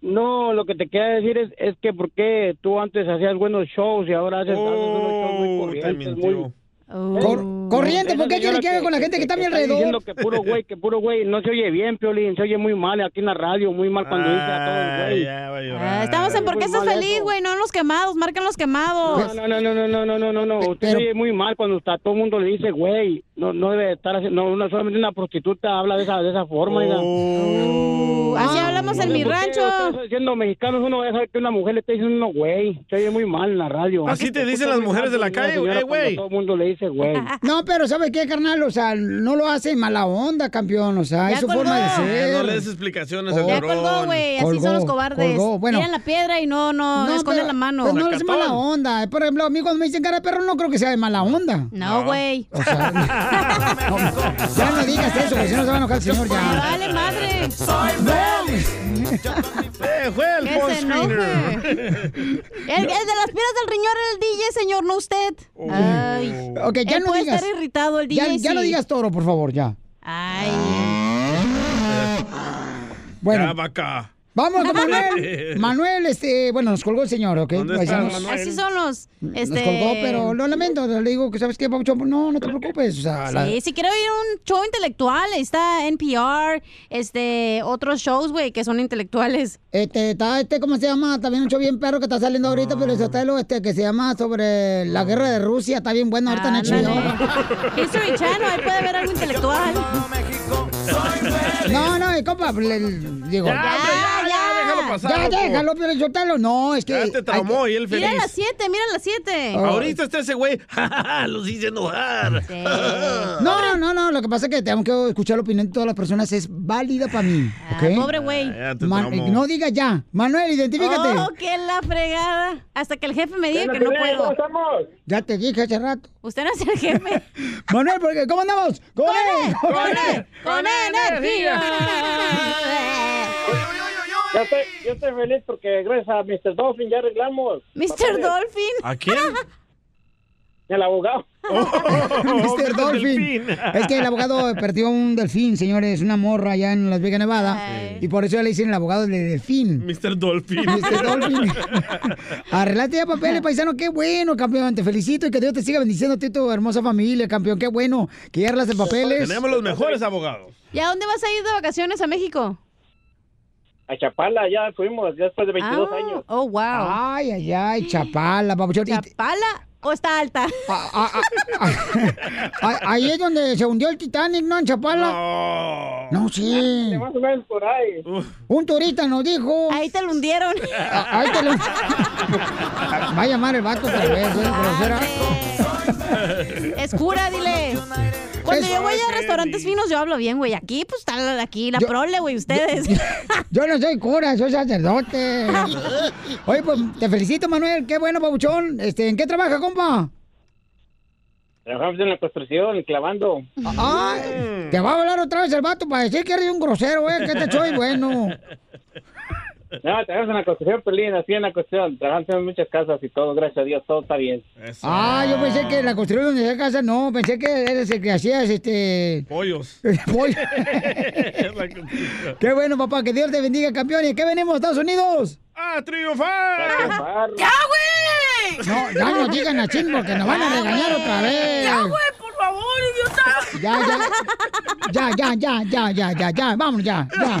S19: No, lo que te quería decir es, es que porque tú antes hacías buenos shows y ahora haces haces unos shows muy corrientes, muy...
S2: Cor- corriente, ¿por qué
S19: Esa señora
S2: quiere que haga con la gente que está a mi
S19: Diciendo
S2: alrededor?
S19: que puro güey, que puro güey, no se oye bien, Piolín, se oye muy mal aquí en la radio, muy mal cuando dice a todo el güey. Pues
S7: Ah, Estamos en ¿Por qué estás
S19: Muy mal
S7: feliz, güey? No en los quemados, marcan los quemados.
S2: Pues,
S19: No, no, no, no, no, no, no, no, no. Usted se oye muy mal cuando está, todo el mundo le dice, güey, no, no debe estar haciendo, no, no, solamente una prostituta habla de esa, de esa forma. oiga.
S7: así
S2: ah,
S7: hablamos en
S19: No sé
S7: mi
S19: por qué
S7: rancho.
S19: ustedes Siendo mexicanos, uno debe saber que una mujer le está diciendo, no, güey, se oye muy mal en la radio.
S3: Así te dicen las mujeres de la calle,
S19: señora,
S3: "Eh, güey".
S19: cuando Todo el mundo le dice, güey.
S2: No, pero ¿sabes qué, carnal? O sea, no lo hace mala onda, campeón. O sea,
S7: Ya
S2: es su
S7: colgó.
S2: forma de ser.
S3: No le des explicaciones al
S7: Ya
S3: llorón.
S7: colgó, güey. Así
S2: Colgó,
S7: son los cobardes.
S2: colgó, bueno.
S7: Tiran la piedra y no, no, esconden
S2: pero-
S7: la mano.
S2: Pero no es mala onda. Por ejemplo, a mí cuando me dicen cara de perro, no creo que sea de mala onda.
S7: No, güey.
S2: Ya no digas eso, porque si no se va a enojar el señor ya.
S7: Dale, madre.
S9: Soy
S3: Eh, fue el
S7: Que se
S3: phone screener.
S7: El, el de las piedras del riñón era el DJ, señor, no usted. Ay.
S2: Oh. Ok, ya
S7: Él
S2: no
S7: puede
S2: digas.
S7: estar irritado el
S2: ya,
S7: DJ.
S2: ya no
S7: sí.
S2: digas toro, por favor, ya. Bueno.
S3: Ya, vaca.
S2: Vamos con
S7: (laughs)
S2: Manuel. Manuel, este, bueno, nos colgó el señor, ¿ok? Paisanos.
S7: Así son los.
S2: Pues
S7: Este...
S2: Nos colgó, pero lo lamento. Le digo que, ¿sabes qué, Pabuchón? No, no te preocupes. O sea, la-
S7: Sí, si quiero ir a un show intelectual, ahí está NPR, este, otros shows, güey, que son intelectuales.
S2: Este, está este, ¿cómo se llama? También un show bien perro que está saliendo ahorita, pero
S7: Ah.
S2: eso está lo este, que se llama sobre la guerra de Rusia. Está bien bueno ahorita en HBO.
S7: History Channel, ahí puede haber algo intelectual.
S2: No, no, eh, compa, le- le- digo.
S7: Ya, hombre, ya, ya, déjalo pasar,
S2: Ya,
S7: loco.
S2: déjalo, pero yo te lo. No, es que.
S3: Ya te traumó
S2: hay que-
S3: y él feliz.
S7: Mira las 7, mira las 7.
S2: Oh.
S3: Ahorita está ese güey. "Ja, ja, ja, Los hice enojar.
S2: No, no, no, lo que pasa es que tengo que escuchar la opinión de todas las personas, es válida para mí. ¿ok?
S7: pobre güey.
S3: Ah, ya te
S2: Man-
S3: traumó.
S2: no digas ya. Manuel, identifícate.
S7: Oh, qué la fregada. Hasta que el jefe me diga
S2: Bueno,
S7: que no
S2: señores,
S7: puedo.
S2: ¿cómo Ya te dije hace rato.
S7: Usted no es el jefe.
S2: (laughs) Manuel, ¿por qué? ¿cómo andamos? ¡Con él!
S7: ¡Con
S2: (laughs)
S7: él! ¡Con energía!
S19: Yo estoy, yo estoy feliz porque gracias a Mr. Dolphin ya arreglamos.
S7: Mr. Dolphin.
S3: ¿A quién? Oh.
S19: El abogado.
S3: (laughs)
S2: Mr. Dolphin. Es que el abogado perdió un delfín, señores, una morra allá en Las Vegas, Nevada. Y por eso ya le dicen el abogado del delfín.
S3: Mr. Dolphin. (laughs)
S2: Mr. Dolphin. Arreglate ya papeles, paisano. Qué bueno, campeón. Te felicito y que Dios te siga bendiciendo a ti y tu hermosa familia, campeón. Qué bueno que ya arreglaste papeles.
S3: Tenemos los mejores abogados.
S7: ¿Y a dónde vas a ir de vacaciones a México?
S19: (laughs) A Chapala ya fuimos, ya después de 22
S7: Ah,
S19: años.
S7: Oh, wow.
S2: Ay, ay, ay, chapala, papuchón. Y-
S7: ¿Pala o está alta?
S2: a- Ahí es donde se hundió el Titanic, ¿no? En Chapala. No, sí. (laughs) Un turista nos dijo.
S7: Ahí te lo hundieron.
S2: Ahí
S7: (laughs)
S2: te lo. Va a llamar el vato ¿eh? para ver, soy grosera.
S7: es cura, dile. Cuando
S2: Es-
S7: yo voy a restaurantes finos, yo hablo bien, güey. Aquí, pues, está la- aquí la prole, güey, ustedes.
S2: Yo (laughs) no soy cura, soy sacerdote. Oye, pues te felicito, Manuel. Qué bueno, pabuchón. Este, ¿En qué trabaja, compa?
S19: Trabajamos en la construcción, clavando.
S7: Mm.
S2: Ay, te va a hablar otra vez el vato para decir que eres un grosero, eh, que te soy bueno.
S19: No, trabajamos en la construcción, Pelín, así en la construcción. Trabajamos en muchas casas y todo, gracias a Dios, todo está bien.
S2: Ah, yo pensé que la construcción donde se casa, no, pensé que eres el que hacías este.
S3: Pollos.
S2: (laughs)
S3: (laughs)
S2: Pollo. Qué bueno, papá, que Dios te bendiga, campeón. ¿Y qué venimos, Estados Unidos?
S3: ¡A triunfar!
S2: ¡Ya,
S7: güey!
S2: No, ya no digan a chingo, que nos van a regañar otra vez.
S9: por favor!
S2: idiota! Ya, ya, ya, ya, ya, ya, ya, ya, vámonos ya, ya.